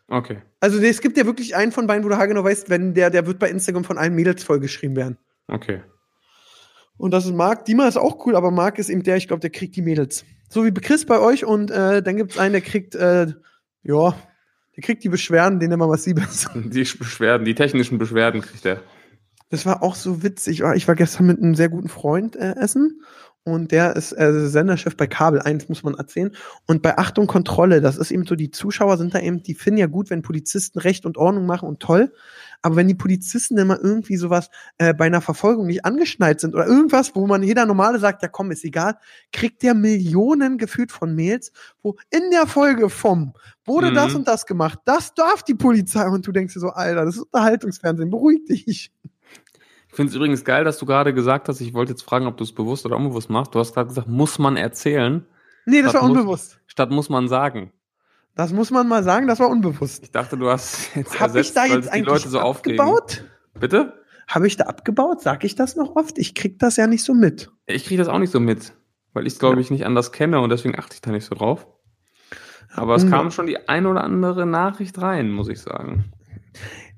Speaker 3: Okay.
Speaker 2: Also es gibt ja wirklich einen von beiden, wo du haargenau weißt, wenn der, der wird bei Instagram von allen Mädels vollgeschrieben werden.
Speaker 3: Okay.
Speaker 2: Und das ist Marc. Dima ist auch cool, aber Marc ist eben der, ich glaube, der kriegt die Mädels. So wie Chris bei euch und äh, dann gibt es einen, der kriegt, äh, ja, der kriegt die Beschwerden, den immer massiv ist.
Speaker 3: Die Beschwerden, die technischen Beschwerden kriegt er.
Speaker 2: Das war auch so witzig. Ah, Ich war gestern mit einem sehr guten Freund äh, essen und der ist äh, Senderchef bei Kabel 1, muss man erzählen. Und bei Achtung Kontrolle, das ist eben so, die Zuschauer sind da eben, die finden ja gut, wenn Polizisten Recht und Ordnung machen und toll. Aber wenn die Polizisten dann mal irgendwie sowas äh, bei einer Verfolgung nicht angeschnallt sind oder irgendwas, wo man jeder Normale sagt, ja komm, ist egal, kriegt der Millionen gefühlt von Mails, wo in der Folge vom wurde
Speaker 3: Mhm.
Speaker 2: das und das gemacht, das darf die Polizei. Und du denkst dir so, Alter, das ist Unterhaltungsfernsehen, beruhig dich.
Speaker 3: Ich finde es übrigens geil, dass du gerade gesagt hast, ich wollte jetzt fragen, ob du es bewusst oder unbewusst machst. Du hast gerade gesagt, muss man erzählen,
Speaker 2: Nee, das
Speaker 3: Das
Speaker 2: war
Speaker 3: muss-
Speaker 2: unbewusst.
Speaker 3: statt muss man sagen.
Speaker 2: Das muss man mal sagen, das war unbewusst.
Speaker 3: Ich dachte, du hast <laughs> jetzt
Speaker 2: Habe ich da
Speaker 3: weil
Speaker 2: jetzt
Speaker 3: es
Speaker 2: eigentlich
Speaker 3: die Leute so aufregen.
Speaker 2: abgebaut?
Speaker 3: Bitte?
Speaker 2: Habe ich da abgebaut? Sag ich das noch oft? Ich krieg das ja nicht so mit.
Speaker 3: Ich kriege das auch nicht so mit, weil ich es, glaube ich, nicht anders kenne und deswegen achte ich da nicht so drauf. Aber es
Speaker 2: Mhm.
Speaker 3: kam schon die ein oder andere Nachricht rein, muss ich sagen.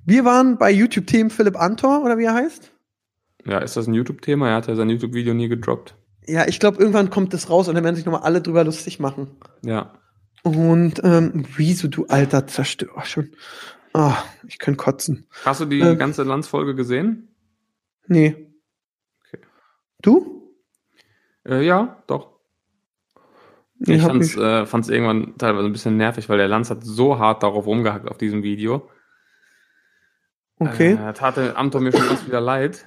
Speaker 2: Wir waren bei YouTube-Themen Philipp Antor, oder wie er heißt.
Speaker 3: Ja, ist das ein YouTube-Thema? Er hat ja sein YouTube-Video nie gedroppt.
Speaker 2: Ja, ich glaube, irgendwann kommt das raus und dann werden sich nochmal alle drüber lustig machen.
Speaker 3: Ja.
Speaker 2: Und ähm, wieso, du alter Zerstörer schon. Ah, ich kann kotzen.
Speaker 3: Hast du die
Speaker 2: Ähm.
Speaker 3: ganze Landsfolge gesehen?
Speaker 2: Nee.
Speaker 3: Okay.
Speaker 2: Du?
Speaker 3: Äh, ja, doch.
Speaker 2: Nee,
Speaker 3: Ich
Speaker 2: hab
Speaker 3: fand's,
Speaker 2: nicht.
Speaker 3: äh, fand's irgendwann teilweise ein bisschen nervig, weil der Lanz hat so hart darauf rumgehackt auf diesem Video.
Speaker 2: Okay.
Speaker 3: Äh, tat dem Amtor mir schon fast wieder leid.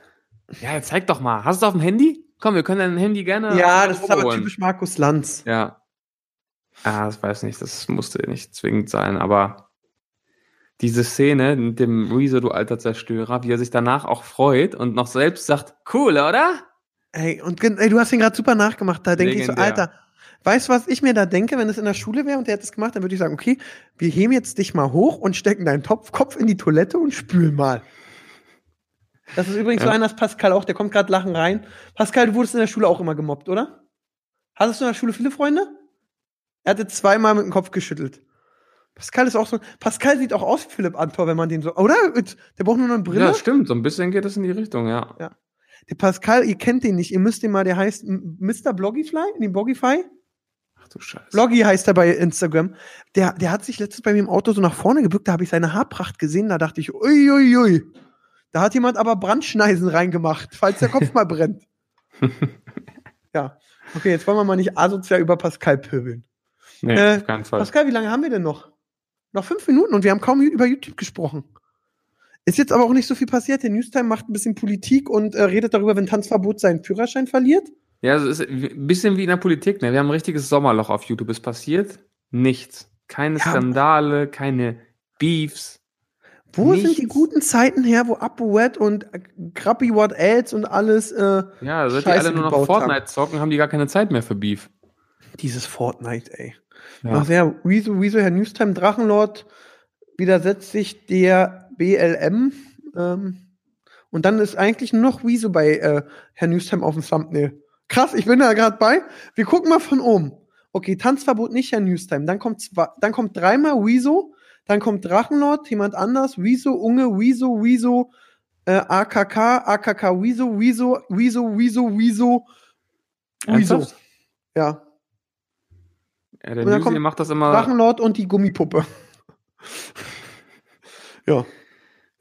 Speaker 3: Ja, jetzt zeig doch mal. Hast du es auf dem Handy? Komm, wir können dein Handy gerne.
Speaker 2: ja, das
Speaker 3: aus der
Speaker 2: ist
Speaker 3: Probe
Speaker 2: aber
Speaker 3: holen.
Speaker 2: typisch Markus Lanz.
Speaker 3: Ja. Ah, das weiß nicht, das musste nicht zwingend sein, aber diese Szene mit dem Rezo, du alter Zerstörer, wie er sich danach auch freut und noch selbst sagt, cool, oder?
Speaker 2: Ey, und gen- ey, du hast ihn gerade super nachgemacht. Da denke ich so,
Speaker 3: Legendär.
Speaker 2: Alter, weißt du, was ich mir da denke, wenn es in der Schule wäre und der hätte es gemacht, dann würde ich sagen, okay, wir heben jetzt dich mal hoch und stecken deinen Topf, Kopf in die Toilette und spülen mal. Das ist übrigens so
Speaker 3: Ja.
Speaker 2: einer, das ist Pascal auch, der kommt gerade lachen rein. Pascal, du wurdest in der Schule auch immer gemobbt, oder? Hattest du in der Schule viele Freunde? Er hatte zweimal mit dem Kopf geschüttelt. Pascal ist auch so, Pascal sieht auch aus wie Philipp Antor, wenn man den so, oder? Der braucht nur noch eine Brille.
Speaker 3: Ja, stimmt, so ein bisschen geht es in die Richtung, ja.
Speaker 2: Der Pascal, ihr kennt den nicht, ihr müsst den mal, der heißt M- Mr. Bloggify, nee, Bloggify?
Speaker 3: Ach du Scheiße.
Speaker 2: Bloggy heißt er bei Instagram. Der, der hat sich letztens bei mir im Auto so nach vorne gebückt, da habe ich seine Haarpracht gesehen, da dachte ich, uiuiui. Ui, ui. Da hat jemand aber Brandschneisen reingemacht, falls der Kopf mal brennt. ja. Okay, jetzt wollen wir mal nicht asozial über Pascal pöbeln.
Speaker 3: nee,
Speaker 2: äh,
Speaker 3: auf keinen Fall.
Speaker 2: Pascal, wie lange haben wir denn noch? Noch fünf Minuten und wir haben kaum über YouTube gesprochen. Ist jetzt aber auch nicht so viel passiert. Der Newstime macht ein bisschen Politik und äh, redet darüber, wenn Tanzverbot seinen Führerschein verliert.
Speaker 3: Ja, es ist ein bisschen wie in der Politik, ne? Wir haben ein richtiges Sommerloch auf YouTube. Es passiert nichts. Keine
Speaker 2: Ja.
Speaker 3: Skandale, keine Beefs.
Speaker 2: Wo sind
Speaker 3: Nichts.
Speaker 2: die guten Zeiten her, wo Upwet und Grubby What Else und alles äh,
Speaker 3: Ja, seit die
Speaker 2: Scheiße
Speaker 3: alle nur noch
Speaker 2: gebaut haben.
Speaker 3: Fortnite zocken, haben die gar keine Zeit mehr für Beef.
Speaker 2: dieses Fortnite, ey.
Speaker 3: Ja.
Speaker 2: Ach ja, wieso, wieso Herr Newstime Drachenlord widersetzt sich der BLM? Ähm, und dann ist eigentlich nur noch Wieso bei äh, Herr Newstime auf dem Thumbnail. Krass, ich bin da gerade bei. Wir gucken mal von oben. Okay, Tanzverbot nicht Herr Newstime. Dann kommt, zwei, dann kommt dreimal Wieso, dann kommt Drachenlord, jemand anders, Wieso, Unge, Wieso, Wieso, äh, AKK, AKK, Wieso, Wieso, Wieso, Wieso, Wieso, Wieso.
Speaker 3: Ernsthaft?
Speaker 2: Ja,
Speaker 3: Ja, der
Speaker 2: Und dann
Speaker 3: Newsy
Speaker 2: kommt
Speaker 3: macht das immer.
Speaker 2: Drachenlord und die Gummipuppe. ja.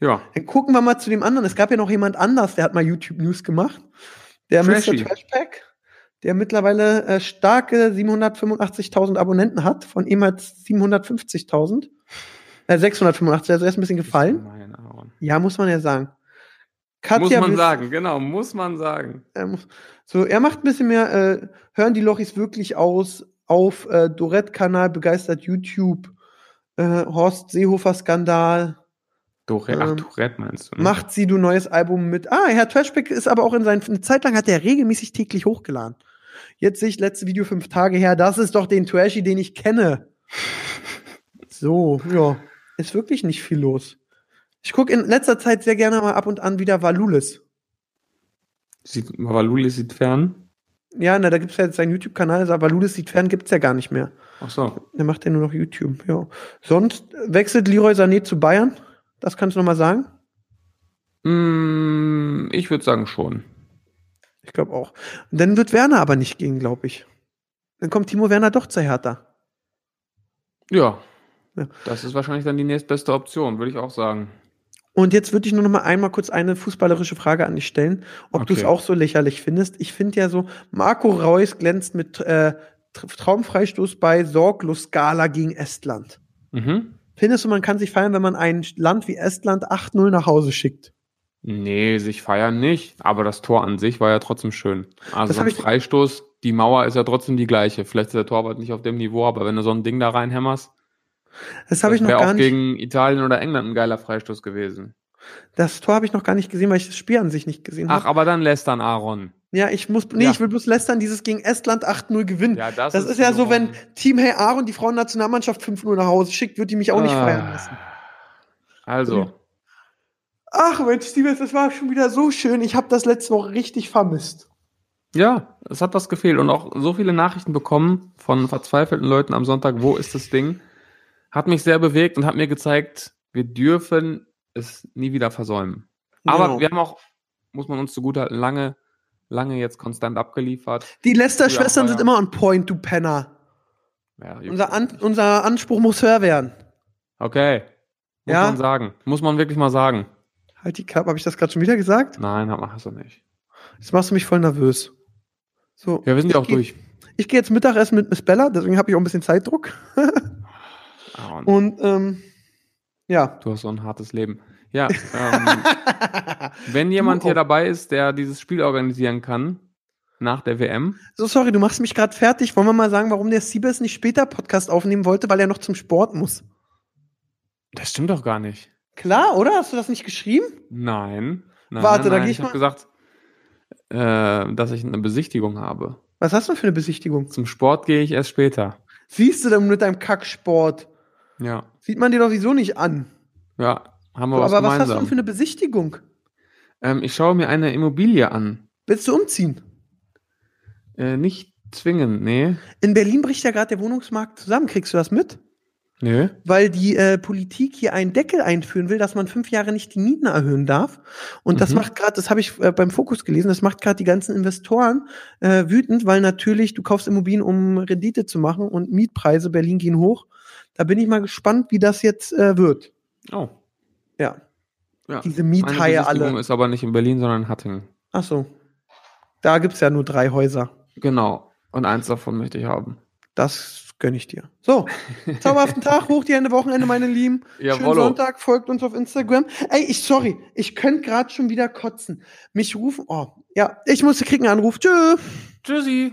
Speaker 3: Ja.
Speaker 2: Dann gucken wir mal zu dem anderen. Es gab ja noch jemand anders, der hat mal YouTube News gemacht. Der
Speaker 3: Trashy.
Speaker 2: Mr. Trashpack, der mittlerweile äh, starke 785.000 Abonnenten hat, von ehemals 750.000. Äh, 685, also er ist ein bisschen gefallen.
Speaker 3: Nein, Aaron.
Speaker 2: Ja, muss man ja sagen.
Speaker 3: Muss
Speaker 2: Katja
Speaker 3: man
Speaker 2: Wiss-
Speaker 3: sagen, genau, muss man sagen.
Speaker 2: er muss, so, er macht ein bisschen mehr, äh, hören die Lochis wirklich aus auf äh, Dorette-Kanal, begeistert YouTube, äh, Horst Seehofer-Skandal,
Speaker 3: Doré,
Speaker 2: Ähm,
Speaker 3: ach, Tourette meinst du? ne?
Speaker 2: macht sie du neues Album mit. Ah, Herr Trashback ist aber auch in seinen, eine Zeit lang hat er regelmäßig täglich hochgeladen. Jetzt sehe ich letzte Video fünf Tage her, das ist doch den Trashy, den ich kenne. So, ja, ist wirklich nicht viel los. Ich gucke in letzter Zeit sehr gerne mal ab und an wieder Valulis.
Speaker 3: Sieht, Mavaluli sieht fern.
Speaker 2: Ja, na, da gibt's ja jetzt seinen YouTube-Kanal, aber Ludes sieht fern, gibt's ja gar nicht mehr.
Speaker 3: Ach so.
Speaker 2: Der macht ja nur noch YouTube, ja. Sonst wechselt Leroy Sané zu Bayern. Das kannst du nochmal sagen.
Speaker 3: Mm, ich würde sagen schon.
Speaker 2: Ich glaube auch. Und dann wird Werner aber nicht gehen, glaube ich. Dann kommt Timo Werner doch zur Hertha.
Speaker 3: Ja.
Speaker 2: Ja.
Speaker 3: Das ist wahrscheinlich dann die nächstbeste Option, würde ich auch sagen.
Speaker 2: Und jetzt würde ich nur noch mal einmal kurz eine fußballerische Frage an dich stellen, ob du es
Speaker 3: Okay.
Speaker 2: auch so lächerlich findest. Ich finde ja so, Marco Reus glänzt mit äh, Tr- Traumfreistoß bei Sorglos Gala gegen Estland.
Speaker 3: Mhm.
Speaker 2: Findest du, man kann sich feiern, wenn man ein Land wie Estland 8-0 nach Hause schickt?
Speaker 3: Nee, sich feiern nicht, aber das Tor an sich war ja trotzdem schön. Also
Speaker 2: Das
Speaker 3: so
Speaker 2: hab
Speaker 3: ein
Speaker 2: ich-
Speaker 3: Freistoß, die Mauer ist ja trotzdem die gleiche. Vielleicht ist der Torwart nicht auf dem Niveau, aber wenn du so ein Ding da reinhämmerst,
Speaker 2: Das habe ich noch
Speaker 3: wäre
Speaker 2: gar
Speaker 3: auch
Speaker 2: nicht.
Speaker 3: gegen Italien oder England ein geiler Freistoß gewesen.
Speaker 2: Das Tor habe ich noch gar nicht gesehen, weil ich das Spiel an sich nicht gesehen
Speaker 3: Ach,
Speaker 2: habe.
Speaker 3: aber dann lästern Aaron.
Speaker 2: Ja, ich muss, nee,
Speaker 3: Ja.
Speaker 2: ich will bloß lästern, dieses gegen Estland 8-0 gewinnen.
Speaker 3: Ja,
Speaker 2: das ist, ja so, wenn Team Hey Aaron die Frauennationalmannschaft 5-0 nach Hause schickt, wird die mich auch nicht
Speaker 3: Ah.
Speaker 2: feiern Mhm. lassen.
Speaker 3: Also,
Speaker 2: Ach Mensch, Stevens, das war schon wieder so schön. Ich habe das letzte Woche richtig vermisst.
Speaker 3: ja, es hat was gefehlt und auch so viele Nachrichten bekommen von verzweifelten Leuten am Sonntag, wo ist das Ding? Hat mich sehr bewegt und hat mir gezeigt, wir dürfen es nie wieder versäumen. Aber
Speaker 2: Genau.
Speaker 3: wir haben auch, muss man uns zugutehalten, lange, lange jetzt konstant abgeliefert.
Speaker 2: die Lester-Schwestern
Speaker 3: Ja,
Speaker 2: sind
Speaker 3: ja.
Speaker 2: immer on point, du Penner.
Speaker 3: Ja,
Speaker 2: Unser, An unser Anspruch muss höher werden.
Speaker 3: okay, muss
Speaker 2: Ja.
Speaker 3: man sagen, muss man wirklich mal sagen.
Speaker 2: Halt die Klappe, habe ich das gerade schon wieder gesagt?
Speaker 3: Nein, machst du nicht.
Speaker 2: Jetzt machst du mich voll nervös. So,
Speaker 3: Ja, wir sind ja auch
Speaker 2: ich geh-
Speaker 3: durch.
Speaker 2: Ich gehe jetzt Mittagessen mit Miss Bella, deswegen habe ich auch ein bisschen Zeitdruck.
Speaker 3: Aaron,
Speaker 2: Und ähm,
Speaker 3: <laughs>
Speaker 2: ja.
Speaker 3: Ah, du hast so ein hartes Leben. Ja,
Speaker 2: <laughs>
Speaker 3: ähm, Wenn jemand
Speaker 2: Du
Speaker 3: hier
Speaker 2: auch.
Speaker 3: dabei ist, der dieses Spiel organisieren kann, nach der WM,
Speaker 2: So, sorry, du machst mich gerade fertig. Wollen wir mal sagen, warum der Siebes nicht später Podcast aufnehmen wollte, weil er noch zum Sport muss?
Speaker 3: das stimmt doch gar nicht.
Speaker 2: Klar, oder? Hast du das nicht geschrieben?
Speaker 3: Nein. nein
Speaker 2: Warte,
Speaker 3: nein,
Speaker 2: da
Speaker 3: nein.
Speaker 2: geh ich
Speaker 3: ich habe
Speaker 2: mal-
Speaker 3: gesagt, äh, dass ich eine Besichtigung habe.
Speaker 2: Was hast du denn für eine Besichtigung?
Speaker 3: Zum Sport gehe ich erst später.
Speaker 2: Siehst du denn mit deinem Kacksport?
Speaker 3: Ja,
Speaker 2: Sieht man dir doch sowieso nicht an.
Speaker 3: ja, haben wir
Speaker 2: So, aber was
Speaker 3: was
Speaker 2: hast du
Speaker 3: gemeinsam.
Speaker 2: denn für eine Besichtigung?
Speaker 3: ähm, ich schaue mir eine Immobilie an.
Speaker 2: Willst du umziehen?
Speaker 3: Äh, nicht zwingend, nee.
Speaker 2: In Berlin bricht ja gerade der Wohnungsmarkt zusammen. Kriegst du das mit?
Speaker 3: Nö.
Speaker 2: Weil die äh, Politik hier einen Deckel einführen will, dass man fünf Jahre nicht die Mieten erhöhen darf. Und das
Speaker 3: Mhm.
Speaker 2: macht gerade, das habe ich äh, beim Fokus gelesen, das macht gerade die ganzen Investoren äh, wütend, weil natürlich du kaufst Immobilien, um Rendite zu machen und Mietpreise Berlin gehen hoch. Da bin ich mal gespannt, wie das jetzt äh, wird.
Speaker 3: Oh.
Speaker 2: Ja,
Speaker 3: Ja.
Speaker 2: diese
Speaker 3: Meine
Speaker 2: Miethaie
Speaker 3: Besichtigung
Speaker 2: alle.
Speaker 3: ist aber nicht in Berlin, sondern in Hattingen.
Speaker 2: Ach so. Da gibt's ja nur drei Häuser.
Speaker 3: Genau. Und eins davon möchte ich haben.
Speaker 2: Das gönn ich dir. So, zauberhaften Tag, hoch die Hände, Wochenende, meine Lieben. Schönen
Speaker 3: Jawollo.
Speaker 2: Sonntag, folgt uns auf Instagram. Ey, ich, sorry, ich könnte gerade schon wieder kotzen. Mich rufen, oh, ja, ich musste kriegen einen Anruf. Tschüss.
Speaker 3: Tschüssi.